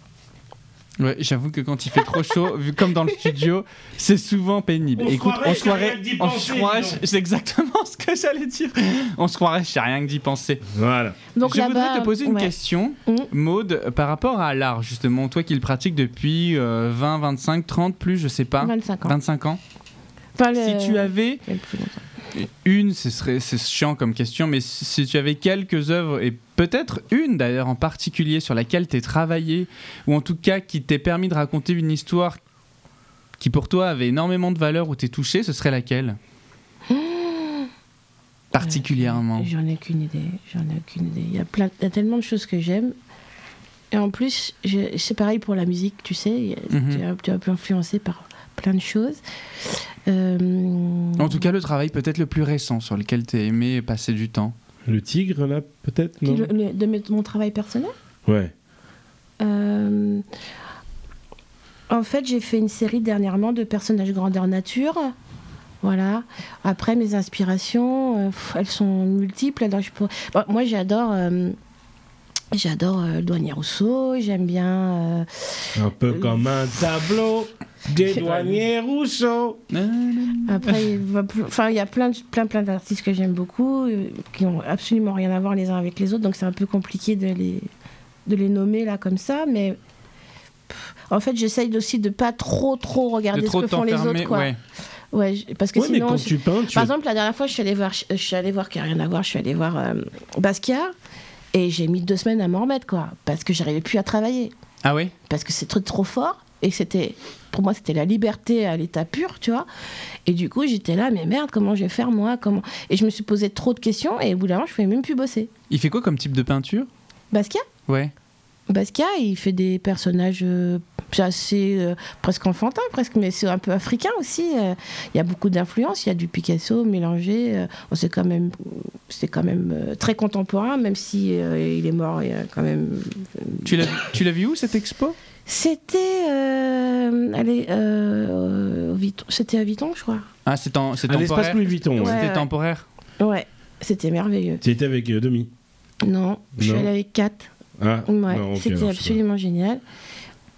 Speaker 3: Ouais, j'avoue que quand il fait trop chaud, vu comme dans le studio, c'est souvent pénible.
Speaker 2: On se
Speaker 3: Écoute,
Speaker 2: croirait,
Speaker 3: on
Speaker 2: j'ai
Speaker 3: se croirait,
Speaker 2: rien que d'y
Speaker 3: on
Speaker 2: penser,
Speaker 3: se croirait,
Speaker 2: dis donc.
Speaker 3: c'est exactement ce que j'allais dire. On se croirait, j'ai rien que d'y penser.
Speaker 2: Voilà.
Speaker 1: Donc,
Speaker 3: Je
Speaker 1: là-bas,
Speaker 3: voudrais te poser une
Speaker 1: ouais.
Speaker 3: question,
Speaker 1: Mm.
Speaker 3: Maude, par rapport à l'art, justement, toi qui le pratiques depuis euh, 20, 25, 30, plus, je sais pas,
Speaker 1: 25 ans.
Speaker 3: 25 ans.
Speaker 1: Pas le-
Speaker 3: Si tu avais
Speaker 1: le plus longtemps.
Speaker 3: une, ce serait c'est chiant comme question, mais si tu avais quelques œuvres, et peut-être une d'ailleurs en particulier sur laquelle tu travaillé, ou en tout cas qui t'ait permis de raconter une histoire qui pour toi avait énormément de valeur ou t'es touché, ce serait laquelle Particulièrement.
Speaker 1: J'en ai aucune idée. J'en ai aucune idée. Il y a, plein, il y a tellement de choses que j'aime. Et en plus, je- c'est pareil pour la musique, tu sais. il y a-
Speaker 3: Mhm.
Speaker 1: Tu as- tu as pu influencer par plein de choses. Euh,
Speaker 3: En tout cas, le travail peut-être le plus récent sur lequel t'es aimé passer du temps.
Speaker 2: Le tigre, là, peut-être
Speaker 1: Puis
Speaker 2: non
Speaker 1: le- le- de mes- mon travail personnel
Speaker 2: Ouais.
Speaker 1: Euh, En fait, j'ai fait une série dernièrement de personnages grandeur nature. Voilà. Après, mes inspirations, euh, pff, elles sont multiples. Alors, je pourrais- Bon, moi, j'adore. euh, J'adore euh, le douanier Rousseau, j'aime bien. euh,
Speaker 2: Un peu comme un tableau des douaniers Rousseau.
Speaker 1: après, il va plus- enfin, il y a plein, de- plein, plein d'artistes que j'aime beaucoup, euh, qui ont absolument rien à voir les uns avec les autres, donc c'est un peu compliqué de les, de les nommer là comme ça, mais pff, en fait, j'essaye aussi de pas trop, trop regarder
Speaker 3: de trop
Speaker 1: ce que font les
Speaker 3: t'enfermer,
Speaker 1: autres, quoi.
Speaker 3: ouais.
Speaker 1: Ouais, je- parce que
Speaker 2: Ouais, mais
Speaker 1: sinon.
Speaker 2: quand
Speaker 1: je-
Speaker 2: tu peins, tu.
Speaker 1: Par exemple, la dernière fois, je suis allée voir, je suis allée voir qui a rien à voir, je suis allée voir euh, Basquiat et j'ai mis deux semaines à m'en remettre, quoi, parce que j'arrivais plus à travailler,
Speaker 3: Ah ouais
Speaker 1: parce que c'est trop, trop fort et c'était, pour moi, c'était la liberté à l'état pur, tu vois. Et du coup, j'étais là, mais merde, comment je vais faire moi Comment Et je me suis posé trop de questions et au bout d'un moment, je pouvais même plus bosser.
Speaker 3: Il fait quoi comme type de peinture
Speaker 1: Basquiat
Speaker 3: Ouais.
Speaker 1: Basquiat, il fait des personnages euh, c'est assez euh, presque enfantins, presque, mais c'est un peu africain aussi. euh. Il y a beaucoup d'influences, il y a du Picasso mélangé. euh, bon, c'est quand même, c'est quand même euh, très contemporain, même si euh, il est mort il y a quand même.
Speaker 3: Tu l'as tu l'as vu où cette expo
Speaker 1: C'était, euh, allez, euh, au Viton- c'était à Viton, je crois.
Speaker 3: Ah, c'est en- c'est
Speaker 2: à l'espace
Speaker 3: temporaire.
Speaker 2: Louis Vuitton. ouais.
Speaker 1: Ouais.
Speaker 3: C'était temporaire.
Speaker 1: Ouais, c'était merveilleux.
Speaker 2: Tu étais avec euh, Demi.
Speaker 1: Non, je suis
Speaker 2: Non.
Speaker 1: allée avec Kat.
Speaker 2: Ah,
Speaker 1: Ouais,
Speaker 2: non, ok,
Speaker 1: c'était
Speaker 2: non, je sais
Speaker 1: absolument génial.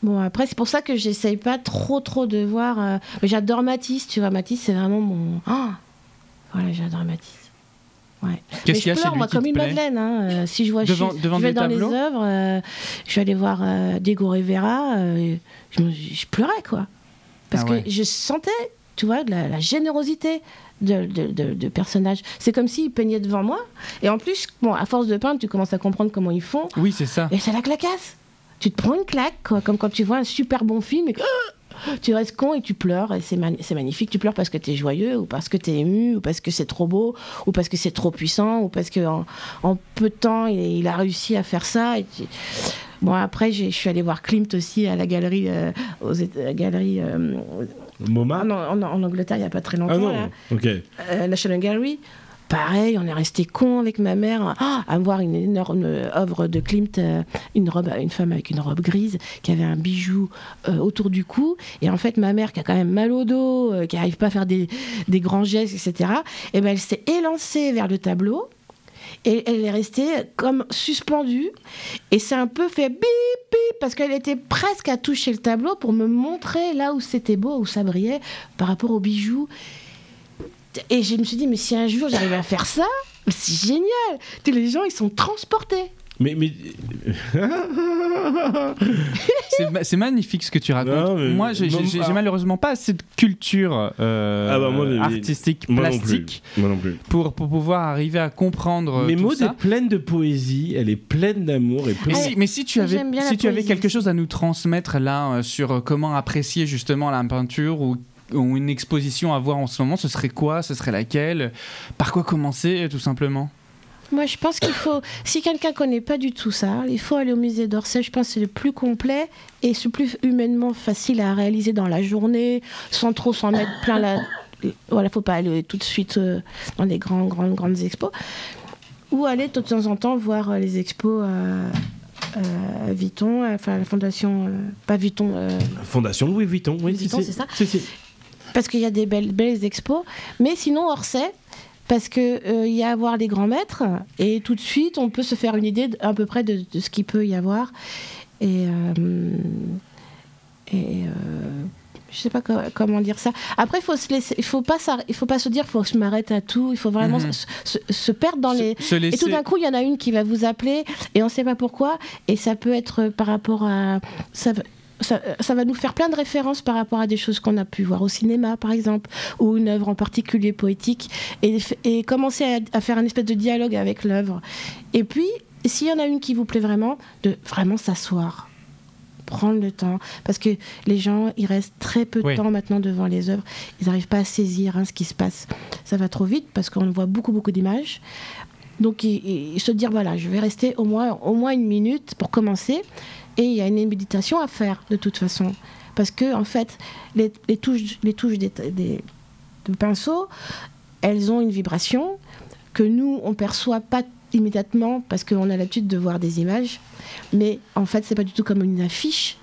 Speaker 1: Bon, après, c'est pour ça que j'essaye pas trop, trop de voir. euh, mais j'adore Matisse, tu vois. Matisse, c'est vraiment mon. Ah voilà, j'adore Matisse. Ouais. Mais
Speaker 3: Qu'est-ce
Speaker 1: je
Speaker 3: qu'il y a chez
Speaker 1: pleure,
Speaker 3: lui
Speaker 1: moi,
Speaker 3: qui
Speaker 1: comme
Speaker 3: te
Speaker 1: une
Speaker 3: plaît
Speaker 1: madeleine. hein, euh, si je vois je
Speaker 3: Devant-
Speaker 1: suis-
Speaker 3: devant
Speaker 1: je vais
Speaker 3: des
Speaker 1: dans
Speaker 3: tableaux
Speaker 1: les œuvres, euh, je suis allée voir euh, Diego Rivera, euh, je, me- je pleurais, quoi. Parce
Speaker 3: Ah ouais.
Speaker 1: que je sentais, tu vois, de la, la générosité de, de, de- de personnages. C'est comme s'il peignait devant moi. Et en plus, bon, à force de peindre, tu commences à comprendre comment ils font.
Speaker 3: Oui, c'est ça.
Speaker 1: Et c'est la claquasse. Tu te prends une claque, quoi, comme quand tu vois un super bon film et que Ah tu restes con et tu pleures. Et c'est man- c'est magnifique. Tu pleures parce que t'es joyeux ou parce que t'es ému ou parce que c'est trop beau ou parce que c'est trop puissant ou parce que en, en peu de temps il, il a réussi à faire ça. Et tu- Bon après j'ai- je suis allée voir Klimt aussi à la galerie euh, aux Éta- à la galerie euh,
Speaker 2: pas. MoMA
Speaker 1: Ah en, en- en Angleterre il y a pas très
Speaker 2: Ah
Speaker 1: longtemps,
Speaker 2: non,
Speaker 1: là,
Speaker 2: ok.
Speaker 1: euh, National Gallery. Pareil, on est resté con avec ma mère Ah, à voir une énorme œuvre de Klimt, euh, une robe, une femme avec une robe grise qui avait un bijou euh, autour du cou. Et en fait, ma mère qui a quand même mal au dos, euh, qui n'arrive pas à faire des, des grands gestes, etc. Et ben, elle s'est élancée vers le tableau. Et elle est restée comme suspendue. Et c'est un peu fait bip bip parce qu'elle était presque à toucher le tableau pour me montrer là où c'était beau, où ça brillait par rapport aux bijoux. Et je me suis dit, mais si un jour j'arrive à faire ça, c'est génial. Tu sais, Les gens, ils sont transportés.
Speaker 2: Mais, mais...
Speaker 3: C'est ma- C'est magnifique ce que tu racontes.
Speaker 2: Non, mais-
Speaker 3: moi, j'ai
Speaker 2: non,
Speaker 3: j'ai- j'ai
Speaker 2: ah.
Speaker 3: malheureusement pas assez de culture euh,
Speaker 2: Ah bah, moi, mais-
Speaker 3: artistique,
Speaker 2: Moi non plus.
Speaker 3: plastique,
Speaker 2: Moi non plus.
Speaker 3: pour, pour pouvoir arriver à comprendre euh,
Speaker 2: Mais
Speaker 3: tout
Speaker 2: Maud
Speaker 3: ça.
Speaker 2: est pleine de poésie, elle est pleine d'amour et
Speaker 3: Mais
Speaker 2: pleine.
Speaker 3: si, mais si tu avais,
Speaker 1: J'aime bien
Speaker 3: si
Speaker 1: la
Speaker 3: tu avais
Speaker 1: poésie.
Speaker 3: quelque chose à nous transmettre là euh, sur euh, comment apprécier justement la peinture ou, ou une exposition à voir en ce moment, ce serait quoi Ce serait laquelle Par quoi commencer euh, tout simplement
Speaker 1: Moi, je pense qu'il faut, si quelqu'un connaît pas du tout ça, il faut aller au musée d'Orsay. Je pense que c'est le plus complet et c'est le plus humainement facile à réaliser dans la journée, sans trop s'en mettre plein la. Voilà, faut pas aller tout de suite euh, dans les grandes, grandes, grandes expos. Ou aller de temps en temps voir euh, les expos euh, euh, à Vuitton, euh, enfin à la fondation, euh, pas Vuitton. euh,
Speaker 2: Fondation Louis Vuitton, oui,
Speaker 1: Louis
Speaker 2: si,
Speaker 1: Vuitton,
Speaker 2: si.
Speaker 1: c'est ça
Speaker 2: Si, si.
Speaker 1: parce qu'il y a des belles, belles expos, mais sinon Orsay, parce qu'il y a à voir les grands maîtres, et tout de suite on peut se faire une idée d- à peu près de, de ce qu'il peut y avoir. Et, euh, et euh, je sais pas co- comment dire ça. Après, il faut se laisser, il faut pas, s'arr- il faut pas se dire, faut que je m'arrête à tout. Il faut vraiment
Speaker 3: Mhm.
Speaker 1: se, se- se perdre dans
Speaker 3: Se-
Speaker 1: les,
Speaker 3: se
Speaker 1: et tout
Speaker 3: laisser-
Speaker 1: d'un coup, il y en a une qui va vous appeler et on ne sait pas pourquoi. Et ça peut être euh, par rapport à. Ça, va- ça, euh, ça va nous faire plein de références par rapport à des choses qu'on a pu voir au cinéma, par exemple, ou une œuvre en particulier poétique, et, f- et commencer à, à faire un espèce de dialogue avec l'œuvre. Et puis, s'il y en a une qui vous plaît vraiment, de vraiment s'asseoir. Prendre le temps, parce que les gens, ils restent très peu de
Speaker 3: Oui.
Speaker 1: temps maintenant devant les œuvres. Ils n'arrivent pas à saisir hein, ce qui se passe. Ça va trop vite parce qu'on voit beaucoup, beaucoup d'images. Donc, il- il- se dire, voilà, je vais rester au moins, au moins une minute pour commencer. Et il y a une méditation à faire, de toute façon. Parce que, en fait, les, les touches, les touches des, des, de pinceau, elles ont une vibration que nous, on perçoit pas immédiatement parce qu'on a l'habitude de voir des images. Mais en fait, c'est pas du tout comme une affiche.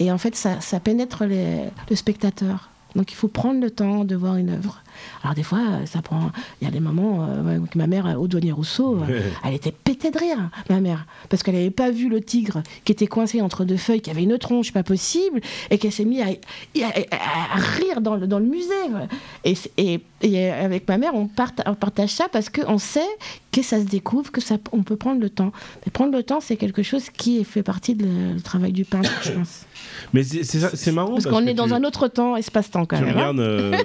Speaker 1: Et en fait, ça, ça pénètre les- le spectateur. Donc, il faut prendre le temps de voir une œuvre. Alors, des fois, euh, ça prend. Il y a des moments euh, ouais, que ma mère, euh, au douanier Rousseau, euh, elle était pétée de rire, ma mère, parce qu'elle n'avait pas vu le tigre qui était coincé entre deux feuilles, qui avait une tronche pas possible, et qu'elle s'est mise à, à- à- à rire dans le, dans le musée. voilà. Et, c'est- et- et avec ma mère, on, parta- on partage ça parce qu'on sait que ça se découvre, que ça, on peut prendre le temps. Mais prendre le temps, c'est quelque chose qui fait partie du travail du peintre, je pense.
Speaker 2: Mais c'est c'est ça- c'est marrant.
Speaker 1: Parce qu'on
Speaker 2: que
Speaker 1: est dans
Speaker 2: tu-
Speaker 1: un autre temps, espace-temps quand
Speaker 2: Tu
Speaker 1: même. hein.
Speaker 2: regardes, euh,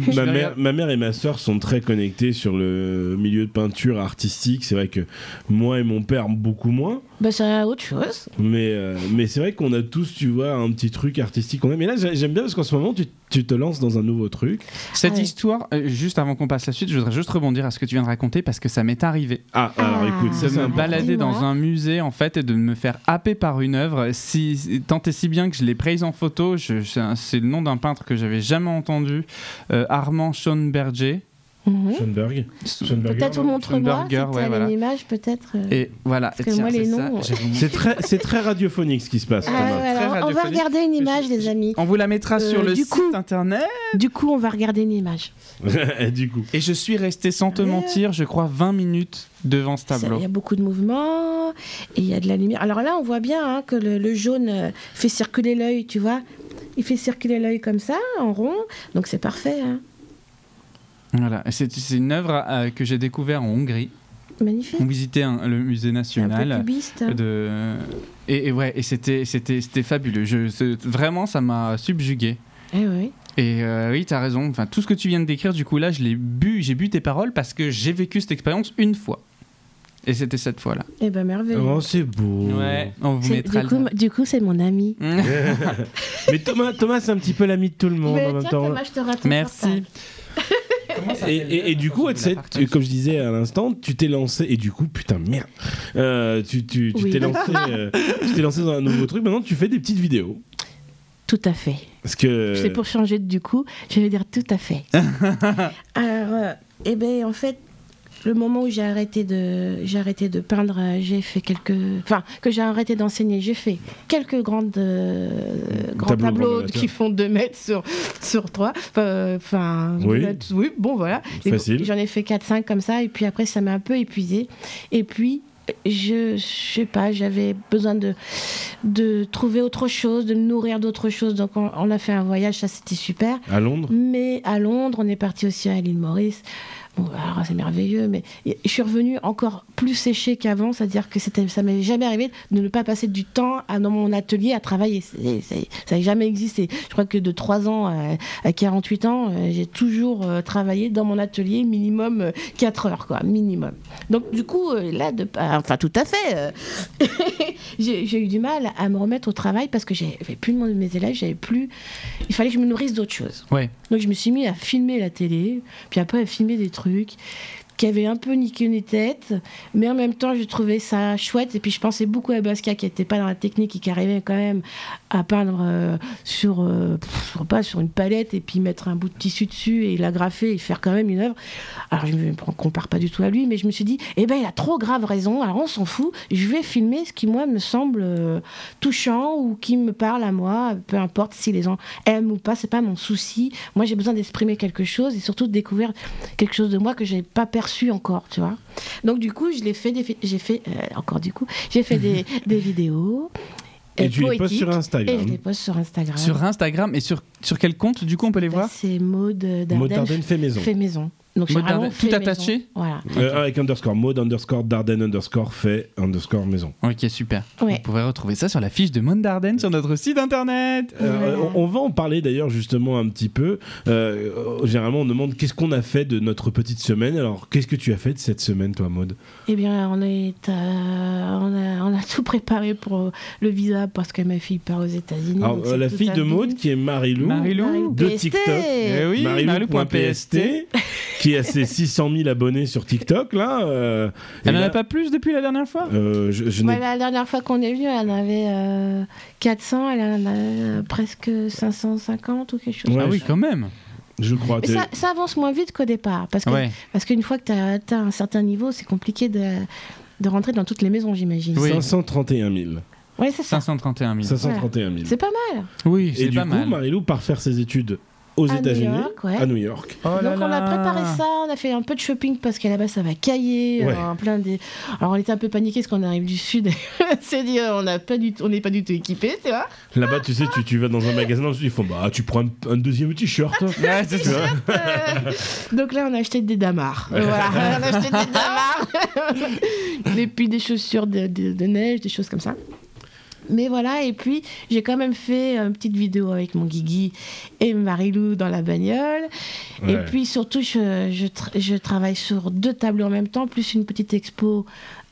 Speaker 3: Je
Speaker 2: ma,
Speaker 3: vais
Speaker 2: mère,
Speaker 3: regarder.
Speaker 2: ma mère et ma sœur sont très connectées sur le milieu de peinture artistique. C'est vrai que moi et mon père, beaucoup moins.
Speaker 1: Bah, c'est autre chose.
Speaker 2: Mais, euh, mais c'est vrai qu'on a tous, tu vois, un petit truc artistique qu'on aime. Mais là, j'a- j'aime bien parce qu'en ce moment, tu, tu te lances dans un nouveau truc.
Speaker 3: Cette
Speaker 1: Ouais.
Speaker 3: histoire, euh, juste avant qu'on passe la suite, je voudrais juste rebondir à ce que tu viens de raconter parce que ça m'est arrivé.
Speaker 2: Ah,
Speaker 1: Ah.
Speaker 2: alors écoute, ça,
Speaker 3: de
Speaker 2: c'est
Speaker 3: me
Speaker 2: important.
Speaker 3: balader
Speaker 1: Dis-moi.
Speaker 3: dans un musée en fait et de me faire happer par une œuvre si tant et si bien que je l'ai prise en photo je- c'est un- c'est le nom d'un peintre que j'avais jamais entendu euh, Armand Schoenberger
Speaker 1: Mhm.
Speaker 2: Schoenberg.
Speaker 1: Peut-être montre-moi, si
Speaker 3: Schoenberger,
Speaker 1: t'as
Speaker 3: ouais, voilà.
Speaker 1: une image, peut-être. euh.
Speaker 3: et voilà
Speaker 1: Parce que
Speaker 3: tiens,
Speaker 1: moi,
Speaker 3: c'est
Speaker 1: les
Speaker 3: ça,
Speaker 1: noms, euh,
Speaker 3: j'ai voulu-
Speaker 2: C'est très, c'est très radiophonique ce qui se passe.
Speaker 1: Ah,
Speaker 2: Thomas.
Speaker 1: ouais,
Speaker 3: très
Speaker 1: alors, on va
Speaker 3: radiophonique.
Speaker 1: regarder une
Speaker 3: Je-
Speaker 1: image, les amis.
Speaker 3: on vous la mettra
Speaker 1: Euh,
Speaker 3: sur le
Speaker 1: du
Speaker 3: site
Speaker 1: coup-
Speaker 3: internet
Speaker 1: Du coup, on va regarder une image.
Speaker 2: Et du coup.
Speaker 3: et je suis resté sans te
Speaker 1: Ouais.
Speaker 3: mentir je crois 20 minutes devant ce
Speaker 1: Ça-
Speaker 3: tableau
Speaker 1: Il y a beaucoup de mouvements et il y a de la lumière. Alors là, on voit bien hein, que le, le jaune euh, fait circuler l'œil, tu vois. Il fait circuler l'œil comme ça, en rond. Donc c'est parfait. hein.
Speaker 3: voilà Et c'est c'est une œuvre euh, que j'ai découvert en Hongrie
Speaker 1: Magnifique.
Speaker 3: on visitait un- le musée national
Speaker 1: Un peu cubiste. hein.
Speaker 3: de et, et ouais et c'était c'était c'était fabuleux je c'est- vraiment ça m'a subjugué
Speaker 1: Eh oui.
Speaker 3: et euh, oui t'as raison enfin tout ce que tu viens de décrire du coup là je l'ai bu j'ai bu tes paroles parce que j'ai vécu cette expérience une fois et c'était cette fois là
Speaker 1: Eh ben merveilleux.
Speaker 2: Oh, c'est beau.
Speaker 3: on vous
Speaker 1: C'est-
Speaker 3: mettra
Speaker 1: du, coup,
Speaker 3: le...
Speaker 1: m- du coup, c'est mon ami.
Speaker 2: Mais Thomas, Thomas c'est un petit peu l'ami de tout le monde
Speaker 1: Mais
Speaker 2: en même
Speaker 1: tiens,
Speaker 2: temps.
Speaker 1: Thomas, je te rate ton
Speaker 3: merci
Speaker 1: portable.
Speaker 2: Et, et- et du coup, tu sais, tu- comme je disais à l'instant, tu t'es lancé, et du coup, putain, merde, Euh, tu tu- tu
Speaker 1: Oui.
Speaker 2: t'es lancé, euh, tu t'es lancé dans un nouveau truc, maintenant tu fais des petites vidéos.
Speaker 1: Tout à fait.
Speaker 2: Parce que...
Speaker 1: C'est pour changer de du coup, je vais dire tout à fait. Alors, euh, eh ben en fait, le moment où j'ai arrêté de j'ai arrêté de peindre, euh, j'ai fait quelques enfin que j'ai arrêté d'enseigner, j'ai fait quelques grandes euh, grands
Speaker 2: Tableau,
Speaker 1: tableaux
Speaker 2: grand
Speaker 1: qui font 2 mètres sur sur 3 enfin
Speaker 2: Oui.
Speaker 1: deux mètres, oui, bon voilà. Et
Speaker 2: Facile.
Speaker 1: J'en ai fait 4 5 comme ça et puis après ça m'a un peu épuisée et puis je, je sais pas, j'avais besoin de, de trouver autre chose, de me nourrir d'autre chose. Donc on, on a fait un voyage, ça c'était super.
Speaker 2: À Londres
Speaker 1: Mais à Londres, on est parti aussi à l'île Maurice. Bon, alors, c'est merveilleux, mais et- je suis revenue encore plus séchée qu'avant, c'est-à-dire que c'était, ça m'est jamais arrivé de ne pas passer du temps à, dans mon atelier à travailler. C'est- c'est- ça n'a jamais existé. Je crois que de 3 ans à, à 48 ans, euh, j'ai toujours euh, travaillé dans mon atelier minimum 4 heures, quoi, minimum. Donc du coup, euh, là, de, ah, enfin tout à fait, euh, j'ai j'ai eu du mal à me remettre au travail parce que j'avais plus de mes élèves, j'avais plus... Il fallait que je me nourrisse d'autre chose.
Speaker 3: Ouais.
Speaker 1: Donc je me suis mis à filmer la télé, puis après à filmer des trucs qui avaient un peu niqué mes têtes, mais en même temps je trouvais ça chouette et puis je pensais beaucoup à Basca qui n'était pas dans la technique et qui arrivait quand même à peindre euh, sur, euh, pff, je sais pas, sur une palette et puis mettre un bout de tissu dessus et l'agrafer et faire quand même une œuvre. Alors je ne me compare pas du tout à lui, mais je me suis dit, eh ben il a trop grave raison, alors on s'en fout, je vais filmer ce qui moi me semble euh, touchant ou qui me parle à moi, peu importe si les gens aiment ou pas, c'est pas mon souci. Moi, j'ai besoin d'exprimer quelque chose et surtout de découvrir quelque chose de moi que j'ai pas perçu encore, tu vois. Donc du coup, je l'ai fait, des fi- j'ai fait euh, encore du coup, j'ai fait des, des vidéos.
Speaker 2: Et
Speaker 1: euh,
Speaker 2: tu les postes
Speaker 1: poétiques,
Speaker 2: sur
Speaker 1: Et je
Speaker 2: Instagram.
Speaker 1: les poste sur Instagram.
Speaker 3: Sur Instagram et sur, sur quel compte du coup on peut les
Speaker 1: Bah,
Speaker 3: voir
Speaker 1: C'est Maud euh,
Speaker 2: Maud
Speaker 1: Dardenne
Speaker 2: Dardenne fait maison.
Speaker 1: fait maison. Donc c'est
Speaker 3: Maud
Speaker 1: vraiment
Speaker 3: Dardenne,
Speaker 1: fait
Speaker 3: tout
Speaker 1: maison.
Speaker 3: attaché
Speaker 1: Voilà.
Speaker 2: Euh, avec underscore, mode underscore, Dardenne underscore, fait underscore maison.
Speaker 3: Ok, super.
Speaker 1: Ouais.
Speaker 3: Vous pourrez retrouver ça sur la fiche de Mondarden sur notre site internet.
Speaker 2: Euh,
Speaker 1: Voilà.
Speaker 2: on, on va en parler d'ailleurs justement un petit peu. Euh, euh, généralement, on demande qu'est-ce qu'on a fait de notre petite semaine. Alors, qu'est-ce que tu as fait de cette semaine, toi, Maud
Speaker 1: Eh bien, on, est, euh, on, a, on a tout préparé pour euh, le visa parce que ma fille part aux États-Unis.
Speaker 2: Alors,
Speaker 1: donc
Speaker 2: euh,
Speaker 1: c'est
Speaker 2: la
Speaker 1: tout
Speaker 2: fille
Speaker 1: un
Speaker 2: de Maud,
Speaker 1: bide.
Speaker 2: qui est Marilou,
Speaker 3: Marie-
Speaker 1: Bah,
Speaker 3: Marilou,
Speaker 2: de
Speaker 1: PST.
Speaker 2: TikTok.
Speaker 3: Eh oui, marilou.pst.
Speaker 2: marilou.pst, qui a ses 600 000 abonnés sur TikTok, là. euh, et
Speaker 3: Elle n'en
Speaker 2: là,
Speaker 3: a pas plus depuis la dernière fois
Speaker 2: euh, je, je n'ai-
Speaker 1: Ouais, bah, la dernière fois qu'on est venu, elle en avait euh, 400, elle en a euh, presque 550 ou quelque chose.
Speaker 2: Ouais,
Speaker 3: Ah oui,
Speaker 2: je-
Speaker 3: quand même.
Speaker 2: je crois.
Speaker 1: Mais
Speaker 2: t'es-
Speaker 1: ça, ça avance moins vite qu'au départ, parce que-
Speaker 3: Ouais.
Speaker 1: parce qu'une fois que tu as atteint un certain niveau, c'est compliqué de, de rentrer dans toutes les maisons, j'imagine.
Speaker 3: Oui.
Speaker 2: 531 000.
Speaker 1: Ouais, c'est ça.
Speaker 3: 531 000.
Speaker 2: 531 000.
Speaker 1: C'est pas mal.
Speaker 3: Oui,
Speaker 2: Et
Speaker 3: c'est
Speaker 2: du
Speaker 3: pas
Speaker 2: coup,
Speaker 3: mal.
Speaker 2: Marilou part faire ses études aux
Speaker 1: À New
Speaker 2: États-Unis,
Speaker 1: York, ouais.
Speaker 2: à New York.
Speaker 3: Oh là
Speaker 1: Donc on a
Speaker 3: là.
Speaker 1: préparé ça, on a fait un peu de shopping parce qu'à la base ça va cailler,
Speaker 2: Ouais.
Speaker 1: euh, plein des. Alors on était un peu paniqués parce qu'on arrive du sud, et on s'est dit euh, on n'a pas du tout- on n'est pas du tout équipé, tu vois.
Speaker 2: Là-bas, tu sais, tu, tu vas dans un magasin, ils font bah, tu prends un, un deuxième t-shirt.
Speaker 3: Ouais, Ah, c'est
Speaker 2: Tu vois
Speaker 3: ça.
Speaker 1: Euh, donc là, on a acheté des damars. Voilà, on a acheté des damars. et puis des chaussures de, de- de neige, des choses comme ça. Mais voilà, et puis j'ai quand même fait une petite vidéo avec mon Guigui et Marilou dans la bagnole. Et
Speaker 2: Ouais.
Speaker 1: puis surtout, je, je tra- je travaille sur deux tableaux en même temps, plus une petite expo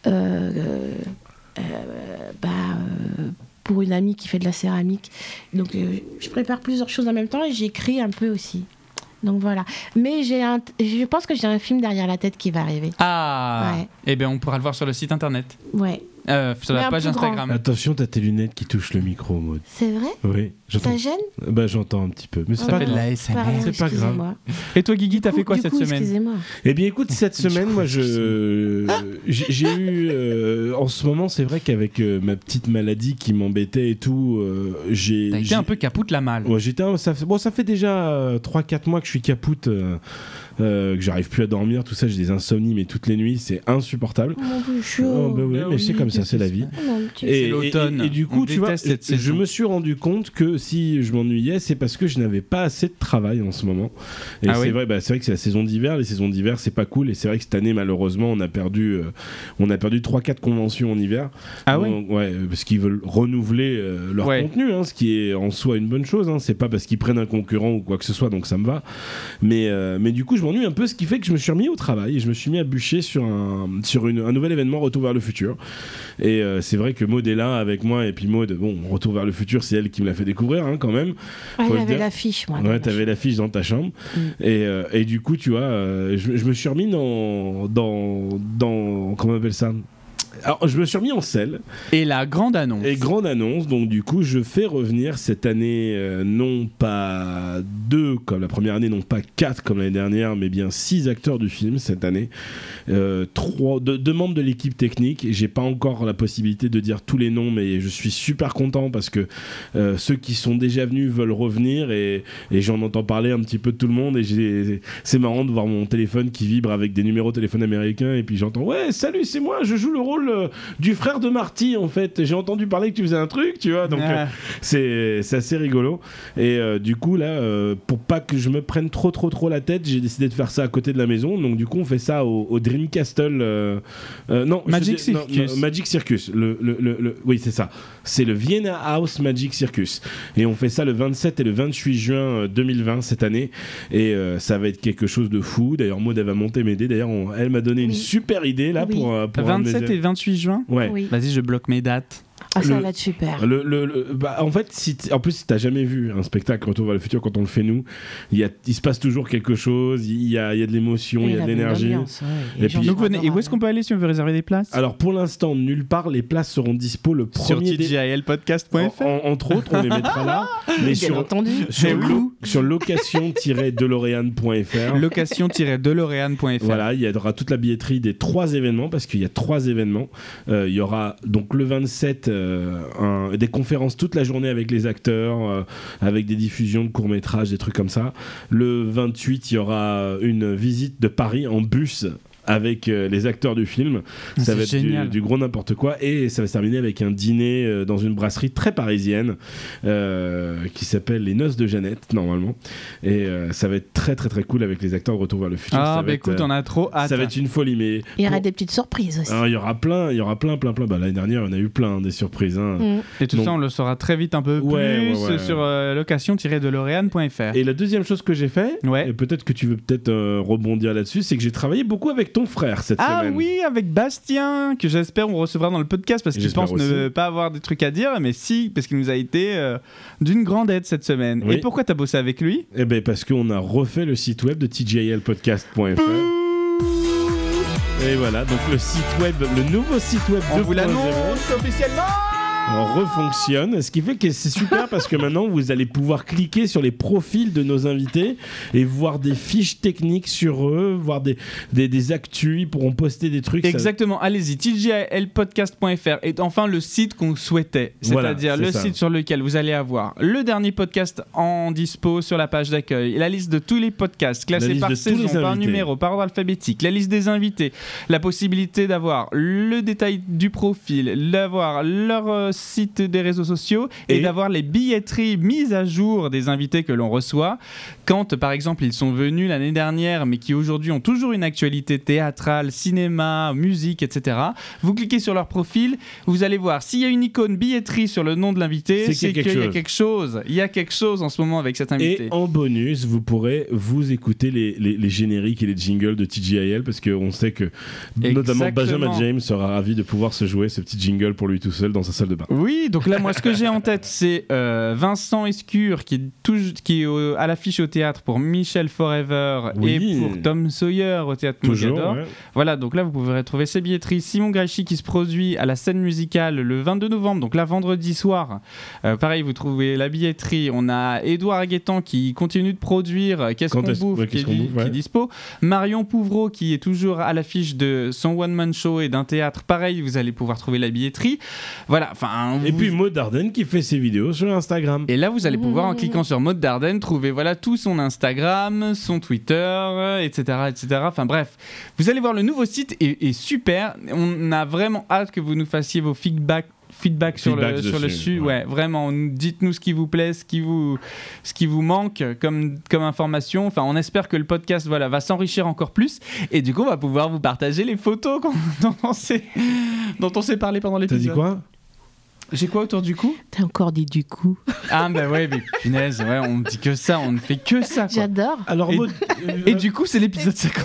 Speaker 1: euh, euh, euh, bah, euh, pour une amie qui fait de la céramique. Donc euh, je prépare plusieurs choses en même temps et j'écris un peu aussi. Donc voilà. Mais j'ai un t- je pense que j'ai un film derrière la tête qui va arriver.
Speaker 3: Ah
Speaker 1: Ouais.
Speaker 3: Eh bien, on pourra le voir sur le site internet.
Speaker 1: Ouais,
Speaker 3: Euh, sur
Speaker 1: Mais
Speaker 3: la
Speaker 1: un
Speaker 3: page
Speaker 1: plus grand.
Speaker 3: Instagram.
Speaker 2: Attention, t'as tes lunettes qui touchent le micro, Maud.
Speaker 1: c'est vrai
Speaker 2: Oui,
Speaker 1: Ça
Speaker 2: j'entends.
Speaker 1: gêne
Speaker 2: Bah, j'entends un petit peu. Mais c'est
Speaker 1: Ça
Speaker 2: pas
Speaker 3: fait de
Speaker 2: grave.
Speaker 3: la
Speaker 1: Pardon,
Speaker 3: SMR.
Speaker 2: c'est pas grave.
Speaker 1: excusez-moi.
Speaker 3: Et toi, Guigui, t'as fait quoi
Speaker 1: Du
Speaker 3: cette
Speaker 1: coup,
Speaker 3: semaine
Speaker 1: Excusez-moi.
Speaker 2: Eh bien, écoute, cette
Speaker 3: Du
Speaker 2: semaine,
Speaker 3: coup,
Speaker 2: moi, je j'ai j'ai eu euh, en ce moment, c'est vrai qu'avec euh, ma petite maladie qui m'embêtait et tout, euh, j'ai
Speaker 3: T'as été
Speaker 2: j'ai-
Speaker 3: un peu capoute la malle.
Speaker 2: Ouais, j'étais un- ça, fait- bon, ça fait déjà 3-4 mois que je suis capoute, euh, euh, que j'arrive plus à dormir, tout ça, j'ai des insomnies, mais toutes les nuits, c'est insupportable.
Speaker 1: Mon bouchon.
Speaker 2: Oh, bah oui,
Speaker 3: Bah
Speaker 2: mais
Speaker 3: oui,
Speaker 2: c'est comme ça,
Speaker 3: qu'est-ce
Speaker 2: c'est la
Speaker 3: qui se
Speaker 2: vie.
Speaker 1: Oh, mon petit-
Speaker 2: Et,
Speaker 3: C'est l'automne.
Speaker 2: et- et- et du
Speaker 3: On
Speaker 2: coup, tu vois,
Speaker 3: déteste cette
Speaker 2: je, je
Speaker 3: saison.
Speaker 2: me suis rendu compte que si je m'ennuyais, c'est parce que je n'avais pas assez de travail en ce moment. Et
Speaker 3: Ah
Speaker 2: c'est
Speaker 3: oui.
Speaker 2: vrai, bah, c'est vrai que c'est la saison d'hiver. Les saisons d'hiver, c'est pas cool. Et c'est vrai que cette année, malheureusement, on a perdu, euh, on a perdu 3-4 conventions en hiver.
Speaker 3: Ah oui
Speaker 2: Donc, ouais, euh, parce qu'ils veulent renouveler euh, leur
Speaker 3: Ouais.
Speaker 2: contenu, hein, ce qui est en soi une bonne chose. hein. C'est pas parce qu'ils prennent un concurrent ou quoi que ce soit, donc ça me va. Mais, euh, mais du coup, je m'ennuie un peu, ce qui fait que je me suis remis au travail et je me suis mis à bûcher sur un, sur une- un nouvel événement Retour vers le futur. Et euh, c'est vrai que Maud est là avec moi. Et puis Maud, bon, Retour vers le futur, c'est elle qui me l'a fait découvrir hein, quand même.
Speaker 1: Ah,
Speaker 2: faut le
Speaker 1: j'avais
Speaker 2: dire.
Speaker 1: l'affiche, moi.
Speaker 2: Ouais, t'avais l'affiche dans ta chambre.
Speaker 1: Mm.
Speaker 2: Et, euh, et du coup, tu vois, euh, je, je me suis remis dans. dans, dans comment on appelle ça alors, je me suis remis en selle.
Speaker 3: Et la grande annonce.
Speaker 2: Et grande annonce, donc du coup, je fais revenir cette année, euh, non pas deux comme la première année, non pas quatre comme l'année dernière, mais bien six acteurs du film cette année. Euh, trois, deux, deux membres de l'équipe technique. J'ai pas encore la possibilité de dire tous les noms, mais je suis super content parce que euh, ceux qui sont déjà venus veulent revenir et, et j'en entends parler un petit peu de tout le monde. Et j'ai- c'est marrant de voir mon téléphone qui vibre avec des numéros de téléphone américains. Et puis j'entends Ouais, salut, c'est moi, je joue le rôle euh, du frère de Marty en fait. J'ai entendu parler que tu faisais un truc, tu vois. Donc euh,
Speaker 3: Ah.
Speaker 2: c'est c'est assez rigolo. Et euh, du coup, là, euh, pour pas que je me prenne trop, trop, trop la tête, j'ai décidé de faire ça à côté de la maison. Donc, du coup, on fait ça au, au Dream Castle. euh, euh, non, je
Speaker 3: Magic
Speaker 2: te dis- non,
Speaker 3: Circus.
Speaker 2: non, Magic Circus. Le, le- le- le- oui, c'est ça. C'est le Vienna House Magic Circus. Et on fait ça le 27 et le 28 juin euh, 2020 cette année. Et euh, ça va être quelque chose de fou. D'ailleurs, Maud, elle va monter m'aider. D'ailleurs, on- elle m'a donné une
Speaker 1: Oui.
Speaker 2: super idée là
Speaker 1: Oui.
Speaker 2: pour, euh, pour un de mes-
Speaker 3: 27 et 28 juin.
Speaker 2: Ouais.
Speaker 1: Oui.
Speaker 3: Vas-y, je bloque mes dates.
Speaker 1: Ah, ça
Speaker 2: le-
Speaker 1: va être super.
Speaker 2: Le, le- le- bah, en fait, si t- en plus, si t'as jamais vu un spectacle Retour vers le futur, quand on le fait nous, il, y a- il se passe toujours quelque chose, il y a, il y a de l'émotion, il y a de l'énergie. Et puis-
Speaker 3: Donc venez. Et où est-ce qu'on peut aller si on veut réserver des places
Speaker 2: Alors pour l'instant, nulle part, les places seront dispo le
Speaker 3: Sur
Speaker 2: premier dé- en-
Speaker 3: tjlpodcast.fr.
Speaker 2: en- Entre autres, on les mettra là, mais
Speaker 1: Bien
Speaker 2: sur,
Speaker 1: entendu.
Speaker 2: sur,
Speaker 3: Et
Speaker 2: lo- sur location-delorean.fr.
Speaker 3: Location-delorean.fr.
Speaker 2: Voilà, il y aura toute la billetterie des trois événements, parce qu'il y a trois événements. Euh, il y aura donc le 27, euh, un- des conférences toute la journée avec les acteurs, euh, avec des diffusions de courts-métrages, des trucs comme ça. Le 28, il y aura une visite de Paris en bus avec euh, les acteurs du film.
Speaker 3: Ah,
Speaker 2: Ça
Speaker 3: c'est
Speaker 2: va être du,
Speaker 3: génial.
Speaker 2: du gros n'importe quoi. Et ça va se terminer avec un dîner euh, dans une brasserie très parisienne euh, qui s'appelle Les Noces de Jeannette, normalement. Et euh, ça va être très très très cool avec les acteurs de Retour vers le futur. Ça
Speaker 3: Ah,
Speaker 2: va
Speaker 3: bah
Speaker 2: être,
Speaker 3: écoute,
Speaker 2: euh,
Speaker 3: on a trop hâte. Ah,
Speaker 2: ça va être une folie, mais
Speaker 1: Il y aura
Speaker 2: pour-
Speaker 1: des petites surprises aussi.
Speaker 2: Alors, il y aura plein, il y aura plein, plein, plein. Bah, l'année dernière, on a eu plein des surprises. hein.
Speaker 1: Mm.
Speaker 3: Et tout
Speaker 2: Donc-
Speaker 3: ça, on le saura très vite un peu
Speaker 2: Ouais,
Speaker 3: plus
Speaker 2: ouais, ouais.
Speaker 3: sur euh, location-delorean.fr.
Speaker 2: Et la deuxième chose que j'ai fait,
Speaker 3: Ouais.
Speaker 2: et peut-être que tu veux peut-être euh, rebondir là-dessus, c'est que j'ai travaillé beaucoup avec ton frère cette
Speaker 3: Ah
Speaker 2: semaine.
Speaker 3: oui, avec Bastien, que j'espère on recevra dans le podcast parce qu'il
Speaker 2: J'espère
Speaker 3: pense ne
Speaker 2: aussi.
Speaker 3: pas avoir des trucs à dire, mais si, parce qu'il nous a été euh, d'une grande aide cette semaine.
Speaker 2: Oui.
Speaker 3: Et pourquoi t'as bossé avec lui
Speaker 2: Eh ben parce qu'on a refait le site web de tjlpodcast.fr. Et voilà, donc le site web, le nouveau site web
Speaker 3: On
Speaker 2: de
Speaker 3: vous l'annonce officiellement
Speaker 2: refonctionne, ce qui fait que c'est super parce que maintenant vous allez pouvoir cliquer sur les profils de nos invités et voir des fiches techniques sur eux, voir des, des, des actus, ils pourront poster des trucs. ça-
Speaker 3: Exactement, allez-y, tjlpodcast.fr est enfin le site qu'on souhaitait,
Speaker 2: Voilà,
Speaker 3: c'est-à-dire
Speaker 2: c'est
Speaker 3: le
Speaker 2: ça.
Speaker 3: site sur lequel vous allez avoir le dernier podcast en dispo sur la page d'accueil, la liste de tous les podcasts classés
Speaker 2: liste
Speaker 3: par
Speaker 2: de tous les
Speaker 3: saison, par
Speaker 2: invités.
Speaker 3: numéro, par ordre alphabétique, la liste des invités, la possibilité d'avoir le détail du profil, d'avoir leur euh, site des réseaux sociaux et,
Speaker 2: Et-
Speaker 3: d'avoir les billetteries mises à jour des invités que l'on reçoit. Quand, euh, par exemple, ils sont venus l'année dernière, mais qui aujourd'hui ont toujours une actualité théâtrale, cinéma, musique, etc., vous cliquez sur leur profil, vous allez voir s'il y a une icône billetterie sur le nom de
Speaker 2: C'est
Speaker 3: l'invité,
Speaker 2: qu'il y a
Speaker 3: c'est
Speaker 2: quelque
Speaker 3: qu'il y a
Speaker 2: chose.
Speaker 3: quelque chose. Il y a quelque chose en ce moment avec cet invité.
Speaker 2: Et en bonus, vous pourrez vous écouter les, les- les génériques et les jingles de TGIL parce qu'on sait que notamment
Speaker 3: Exactement.
Speaker 2: Benjamin James sera ravi de pouvoir se jouer ce petit jingle pour lui tout seul dans sa salle de bain.
Speaker 3: Oui, donc là, moi, ce que j'ai en tête, c'est euh, Vincent Escure qui est, touj- qui est au- à l'affiche au théâtre pour Michel Forever
Speaker 2: Oui.
Speaker 3: et pour Tom Sawyer au théâtre
Speaker 2: Toujours.
Speaker 3: Mogador.
Speaker 2: ouais.
Speaker 3: Voilà, donc là, vous pouvez retrouver ces billetteries. Simon Grachy qui se produit à la scène musicale le 22 novembre, donc là, vendredi soir. Euh, pareil, vous trouvez la billetterie. On a Édouard Aguetan qui continue de produire euh, Qu'est-ce
Speaker 2: Quand
Speaker 3: qu'on
Speaker 2: est-ce-
Speaker 3: bouffe,
Speaker 2: ouais,
Speaker 3: qui, est,
Speaker 2: Qu'est-ce qu'on
Speaker 3: di-
Speaker 2: bouffe, ouais.
Speaker 3: qui est dispo. Marion Pouvreau qui est toujours à l'affiche de son one-man show et d'un théâtre. Pareil, vous allez pouvoir trouver la billetterie. Voilà, enfin.
Speaker 2: Et
Speaker 3: vous-
Speaker 2: puis Maud Dardenne qui fait ses vidéos sur Instagram.
Speaker 3: et là, vous allez pouvoir, en cliquant sur Mode Dardenne, trouver voilà, tout son Instagram, son Twitter, euh, etc., etc. Enfin bref, vous allez voir le nouveau site est, est super. On a vraiment hâte que vous nous fassiez vos feedbacks. Feedback sur le,
Speaker 2: Feedbacks
Speaker 3: sur le
Speaker 2: dessus,
Speaker 3: su,
Speaker 2: ouais.
Speaker 3: ouais, vraiment. Dites-nous ce qui vous plaît, ce qui vous, ce qui vous manque comme, comme information. Enfin, on espère que le podcast voilà, va s'enrichir encore plus. Et du coup, on va pouvoir vous partager les photos qu'on- dont on s'est dont on s'est parlé pendant
Speaker 2: T'as dit
Speaker 3: l'épisode.
Speaker 2: quoi
Speaker 3: J'ai quoi autour du cou
Speaker 1: T'as encore dit du coup.
Speaker 3: ah bah ouais, mais punaise, ouais, on dit que ça, on ne fait que ça. quoi.
Speaker 1: J'adore.
Speaker 2: Alors
Speaker 3: Et-
Speaker 2: Maud, euh,
Speaker 3: Et du coup, c'est l'épisode 50.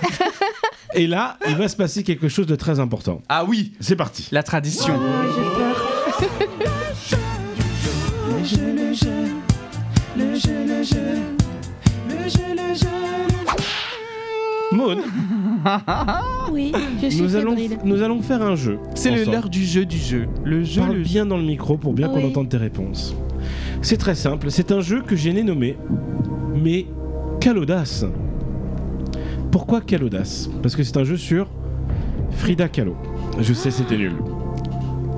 Speaker 2: et là, il va se passer quelque chose de très important.
Speaker 3: Ah oui,
Speaker 2: C'est parti.
Speaker 3: la tradition.
Speaker 1: j'ai peur.
Speaker 2: Maud, Maud,
Speaker 1: Oui, je suis
Speaker 2: nous allons,
Speaker 1: fébrile.
Speaker 2: nous allons faire un jeu.
Speaker 3: C'est le-
Speaker 2: ensemble.
Speaker 3: l'heure du jeu du jeu. Le jeu,
Speaker 2: Parle
Speaker 3: le jeu.
Speaker 2: bien dans le micro pour bien qu'on
Speaker 1: Oui.
Speaker 2: entende tes réponses. C'est très simple, c'est un jeu que j'ai nommé Mais quelle audace Pourquoi quelle audace Parce que c'est un jeu sur Frida Kahlo. Je sais, c'était nul.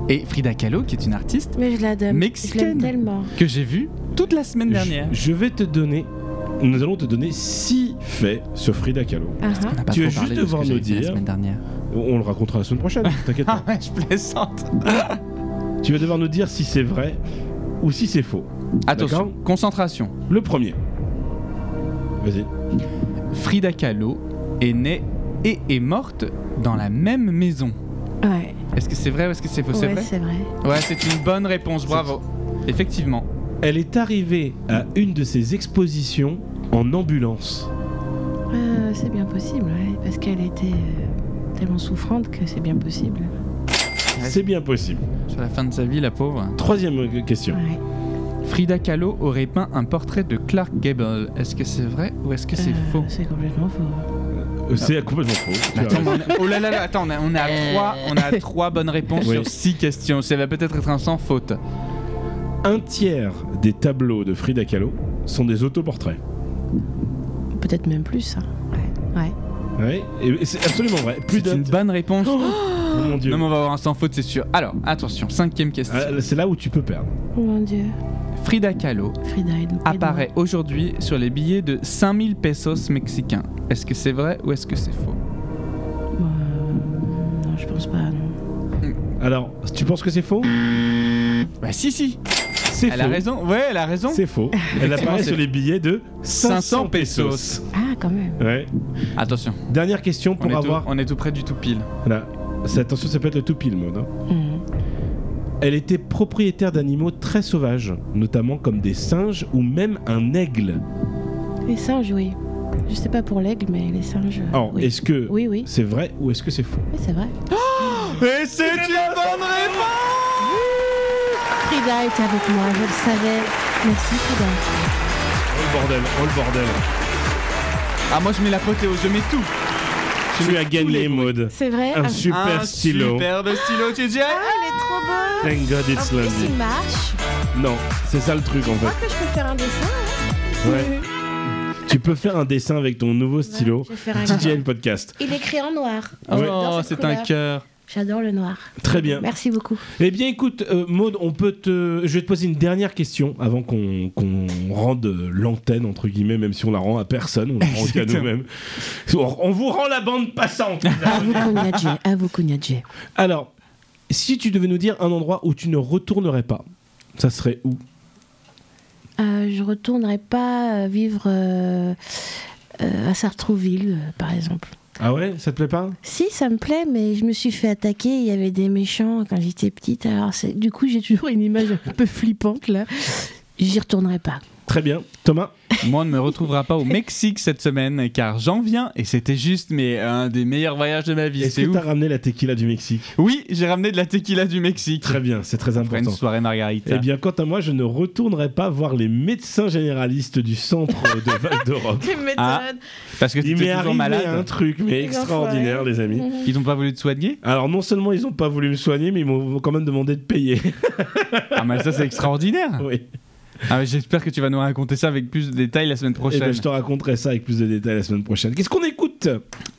Speaker 3: Et Frida Kahlo, qui est une artiste
Speaker 1: Mais je l'adore. Je
Speaker 3: Mexicaine.
Speaker 1: l'aime tellement.
Speaker 3: que j'ai vue toute la semaine dernière.
Speaker 2: Je, je vais te donner. Nous allons te donner six faits sur Frida Kahlo.
Speaker 1: Ah, ah.
Speaker 3: On n'a pas
Speaker 2: Tu
Speaker 3: trop
Speaker 2: vas juste hein.
Speaker 3: parlé de ce que
Speaker 2: devoir
Speaker 3: j'avais
Speaker 2: nous
Speaker 3: fait la
Speaker 2: dire.
Speaker 3: semaine dernière.
Speaker 2: On- On le racontera la semaine prochaine, t'inquiète
Speaker 3: Ah
Speaker 2: pas.
Speaker 3: ouais, je plaisante.
Speaker 2: Tu vas devoir nous dire si c'est vrai ou si c'est faux.
Speaker 3: Attention,
Speaker 2: D'accord.
Speaker 3: concentration.
Speaker 2: Le premier. Vas-y.
Speaker 3: Frida Kahlo est née et est morte dans la même maison.
Speaker 1: Ouais,
Speaker 3: Est-ce que c'est vrai ou est-ce que c'est faux C'est
Speaker 1: ouais,
Speaker 3: vrai
Speaker 1: c'est vrai.
Speaker 3: Ouais, c'est une bonne réponse, bravo. Effectivement.
Speaker 2: Elle est arrivée à une de ses expositions en ambulance.
Speaker 1: Euh, c'est bien possible, ouais, parce qu'elle était euh, tellement souffrante que c'est bien possible.
Speaker 2: C'est bien possible.
Speaker 3: Sur la fin de sa vie, la pauvre.
Speaker 2: Troisième euh, question.
Speaker 1: Ouais.
Speaker 3: Frida Kahlo aurait peint un portrait de Clark Gable. Est-ce que c'est vrai ou est-ce que c'est
Speaker 1: Euh,
Speaker 3: faux
Speaker 1: C'est complètement faux.
Speaker 2: Euh, C'est complètement faux. Tu as
Speaker 3: Attends,
Speaker 2: raison.
Speaker 3: on a- Oh là là là, attends, on a, on a
Speaker 1: Euh.
Speaker 3: trois, on a trois bonnes réponses
Speaker 2: Oui.
Speaker 3: sur six questions. Ça va peut-être être un sans faute.
Speaker 2: Un tiers des tableaux de Frida Kahlo sont des autoportraits.
Speaker 1: Peut-être même plus. hein. Ouais. ouais.
Speaker 2: Ouais, et c'est absolument vrai. Plus
Speaker 3: C'est
Speaker 2: d'un.
Speaker 3: une bonne réponse.
Speaker 2: Oh mon dieu.
Speaker 3: non, mais on va avoir un sans faute, c'est sûr. Alors, attention, cinquième question.
Speaker 2: Ah, c'est là où tu peux perdre.
Speaker 1: Oh mon dieu.
Speaker 3: Frida Kahlo
Speaker 1: Frida Ed- Edouard.
Speaker 3: apparaît aujourd'hui sur les billets de 5000 pesos mexicains. Est-ce que c'est vrai ou est-ce que c'est faux
Speaker 1: Euh, non, je pense pas. Non.
Speaker 2: Alors, tu penses que c'est faux
Speaker 3: Bah si si,
Speaker 2: C'est
Speaker 3: elle a raison. Ouais, elle a raison.
Speaker 2: C'est faux. Elle apparaît
Speaker 3: c'est-
Speaker 2: sur les billets de 500 pesos.
Speaker 1: Ah, quand même.
Speaker 2: Ouais.
Speaker 3: Attention,
Speaker 2: Dernière question
Speaker 3: on
Speaker 2: pour
Speaker 3: est,
Speaker 2: avoir.
Speaker 3: tout, on est tout près du tout pile.
Speaker 2: Voilà. C'est- Attention, ça peut être le tout pile, mode. hein.
Speaker 1: Mhm.
Speaker 2: Elle était propriétaire d'animaux très sauvages, notamment comme des singes ou même un aigle.
Speaker 1: Les singes, oui. Je sais pas pour l'aigle, mais les singes. euh,
Speaker 2: Alors,
Speaker 1: oui.
Speaker 2: est-ce que
Speaker 1: oui, oui,
Speaker 2: c'est vrai ou est-ce que c'est faux
Speaker 1: oui, c'est vrai.
Speaker 3: Et c'est une bonne réponse
Speaker 1: Frida était avec moi, je le savais. Merci Frida.
Speaker 2: Oh le bordel, oh le bordel.
Speaker 3: Ah moi je mets l'apothéose, je mets tout.
Speaker 2: Tu as gagné, Maud.
Speaker 1: C'est vrai.
Speaker 2: Un
Speaker 1: ah,
Speaker 2: super
Speaker 3: un
Speaker 2: stylo.
Speaker 3: Superbe stylo, tu dis
Speaker 1: ah, elle est trop bonne.
Speaker 2: Thank God it's
Speaker 1: En plus,
Speaker 2: lundi.
Speaker 1: il marche.
Speaker 2: Non, c'est ça le truc en
Speaker 1: Je crois
Speaker 2: fait.
Speaker 1: que je peux faire un dessin. hein.
Speaker 2: Ouais. Tu peux faire un dessin avec ton nouveau stylo. Ah
Speaker 1: Je vais faire un
Speaker 2: TGL Podcast.
Speaker 1: Il écrit en noir.
Speaker 3: Oh,
Speaker 1: J'adore cette
Speaker 3: c'est un
Speaker 1: couleur.
Speaker 3: cœur.
Speaker 1: J'adore le noir.
Speaker 2: Très bien.
Speaker 1: Merci beaucoup.
Speaker 2: Eh bien, écoute, euh, Maud, on peut te... je vais te poser une dernière question avant qu'on qu'on rende euh, l'antenne, entre guillemets, même si on la rend à personne, on la rend qu'à
Speaker 3: Exactement.
Speaker 2: nous-mêmes. On on vous rend la bande passante.
Speaker 1: À vous, Kunyadji. À vous, Kunyadji.
Speaker 2: Alors, si tu devais nous dire un endroit où tu ne retournerais pas, ça serait où
Speaker 1: Euh, je retournerai pas euh, vivre euh, euh, à Sartrouville, euh, par exemple.
Speaker 2: Ah ouais, ça te plaît pas
Speaker 1: Si, ça me plaît, mais je me suis fait attaquer. Il y avait des méchants quand j'étais petite. Alors, c'est- du coup, j'ai toujours une image un peu flippante là. J'y retournerai pas.
Speaker 2: Très bien. Thomas
Speaker 3: Moi, on ne me retrouvera pas au Mexique cette semaine car j'en viens et c'était juste mais un des meilleurs voyages de ma vie.
Speaker 2: Est-ce
Speaker 3: C'est
Speaker 2: que
Speaker 3: où
Speaker 2: t'as ramené la tequila du Mexique
Speaker 3: Oui, j'ai ramené de la tequila du Mexique.
Speaker 2: Très bien, c'est très
Speaker 3: Après une
Speaker 2: important.
Speaker 3: soirée margarita.
Speaker 2: Eh bien, quant à moi, je ne retournerai pas voir les médecins généralistes du centre de Val d'Europe.
Speaker 1: Tu
Speaker 3: Ah. parce que tu
Speaker 2: Il m'est
Speaker 3: étais
Speaker 2: arrivé
Speaker 3: toujours malade.
Speaker 2: un truc, mais
Speaker 1: Les
Speaker 2: extraordinaire, les amis.
Speaker 3: Ils n'ont pas voulu te soigner
Speaker 2: Alors non seulement ils ont pas voulu me soigner, mais ils m'ont quand même demandé de payer.
Speaker 3: Ah mais ça c'est extraordinaire.
Speaker 2: oui. Eh ben,
Speaker 3: Ah mais j'espère que tu vas nous raconter ça avec plus de détails la semaine
Speaker 2: Et
Speaker 3: prochaine.
Speaker 2: ben, je te raconterai ça avec plus de détails la semaine prochaine. Qu'est-ce qu'on écoute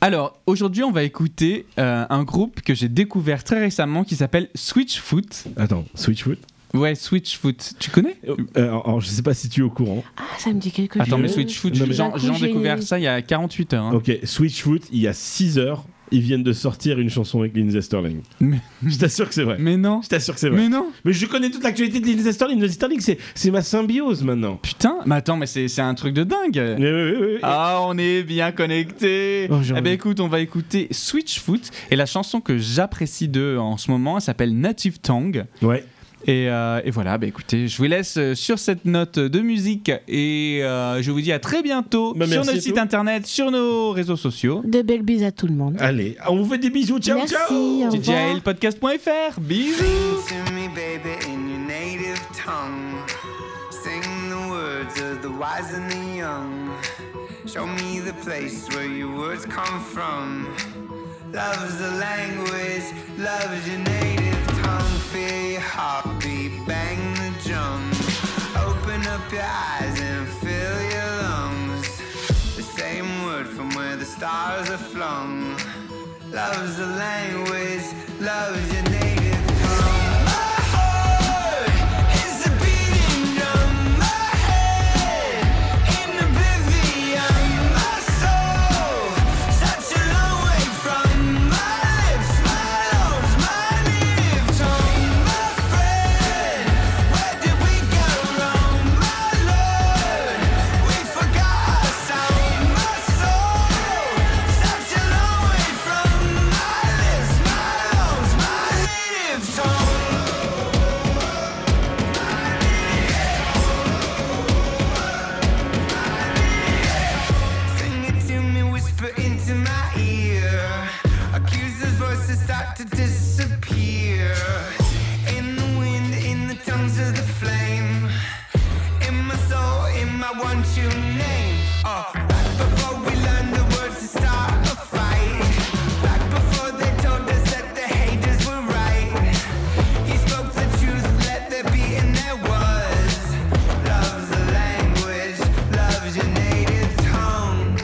Speaker 3: Alors aujourd'hui on va écouter euh, un groupe que j'ai découvert très récemment qui s'appelle Switchfoot.
Speaker 2: Attends, Switchfoot.
Speaker 3: Ouais Switchfoot, tu connais
Speaker 2: Euh, alors je sais pas si tu es au courant.
Speaker 1: Ah, ça me dit quelque chose.
Speaker 3: Attends mais Switchfoot,
Speaker 2: Non, mais-
Speaker 3: j'ai
Speaker 1: D'un coup, j'ai-
Speaker 3: découvert ça il y a 48 heures. hein.
Speaker 2: Ok, Switchfoot, il y a 6 heures, ils viennent de sortir une chanson avec Lindsay Sterling.
Speaker 3: Mais-
Speaker 2: je t'assure que c'est vrai.
Speaker 3: Mais non,
Speaker 2: Je t'assure que c'est vrai.
Speaker 3: mais
Speaker 2: Mais...
Speaker 3: non.
Speaker 2: je connais toute l'actualité de Lindsay Sterling. Lindsay Sterling, c'est, c'est ma symbiose maintenant.
Speaker 3: Putain, mais attends mais c'est c'est un truc de dingue.
Speaker 2: Mais oui, oui, oui.
Speaker 3: Ah, on est bien connecté.
Speaker 2: Oh, j'ai
Speaker 3: eh
Speaker 2: envie.
Speaker 3: ben écoute, on va écouter Switchfoot et la chanson que j'apprécie d'eux en ce moment, elle s'appelle Native Tongue.
Speaker 2: Ouais.
Speaker 3: Et, euh, et voilà, bah écoutez, je vous laisse euh, sur cette note de musique et euh, je vous dis à très bientôt
Speaker 2: Bah,
Speaker 3: sur
Speaker 2: merci
Speaker 3: notre
Speaker 2: à
Speaker 3: site
Speaker 2: tous.
Speaker 3: internet, sur nos réseaux sociaux.
Speaker 1: De belles bises à tout le monde.
Speaker 2: Allez, on vous fait des bisous. Ciao,
Speaker 1: Merci,
Speaker 2: ciao.
Speaker 1: au revoir.
Speaker 3: TJLpodcast.fr, bisous
Speaker 4: Sing to me, baby, in your native tongue. Sing the words of the wise and the young. Show me the place where your words come from. Love's the language, love's your native tongue. Feel your heartbeat, bang the drum. Open up your eyes and fill your lungs. The same word from where the stars are flung. Love's the language, love's your native tongue. My heart is a beating drum. My head in oblivion. My soul, such a long way from my lips, my lungs, my native tongue. My friend, where did we go wrong? My Lord, we forgot our sound. My soul, such a long way from my lips, my lungs, my native tongue. Sing it to me, whisper into my ear. Accusers' voices start to disappear. In the wind, in the tongues of the flame. In my soul, in my one true name. Oh, back before we learned the words to start a fight. Back before they told us that the haters were right. You spoke the truth, let there be, and there was. Love's a language, love's your native tongue.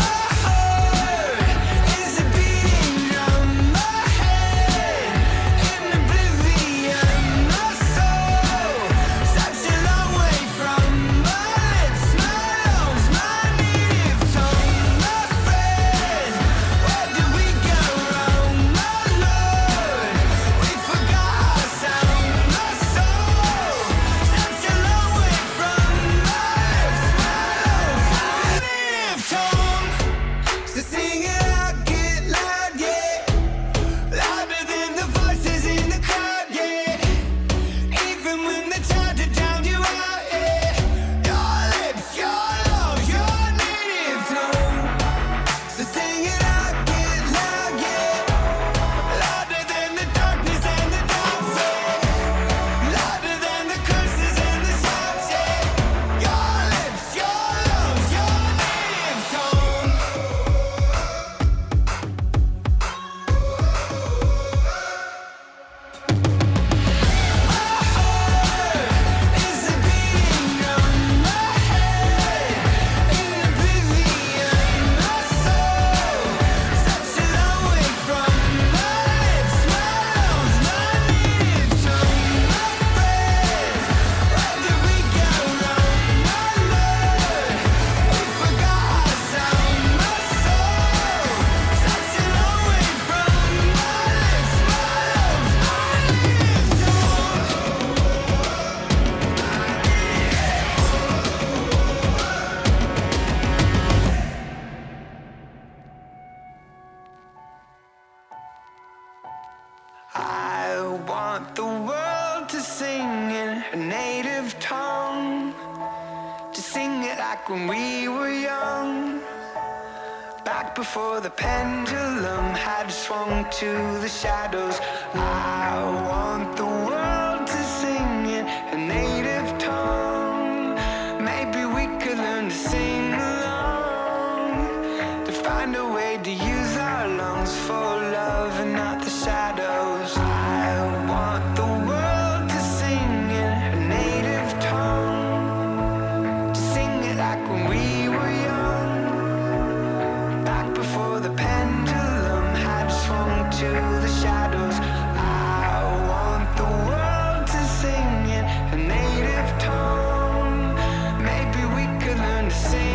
Speaker 4: My heart is a beating drum. My head in oblivion. My soul, such a long way from my lips, my lungs, my native tongue. My friends, where did we go wrong? My Lord, we forgot our sound. My soul, such a long way from my lips, my lungs, my native tongue. So sing it out, get loud, yeah. Louder than the voices in the crowd, yeah. Even when they try to drown you out, yeah. Your lips, your love, your native tongue. So sing it out, get loud, yeah. Louder than the darkness and the dogs, yeah. Louder than the curses and the shouts, yeah. Your lips, your love, your native tongue. Is it beating drum? My head in oblivion. My soul, such a long way from my lips, my lungs, my native tongue. My friends, where did we go wrong? My Lord, we forgot our sound. My soul, such a long way from my lips, my lungs, my native tongue. I want the world to sing in her native tongue, to sing it like when we were young. Back before the pendulum had swung to the shadows, I want the world to sing in her native tongue. Maybe we could learn to sing along, to find a way to use our lungs for love and not the shadows. I want the world to sing in her native tongue, to sing it like when we were young, back before the pendulum had swung to the shadows. I want the world to sing in her native tongue. Maybe we could learn to sing.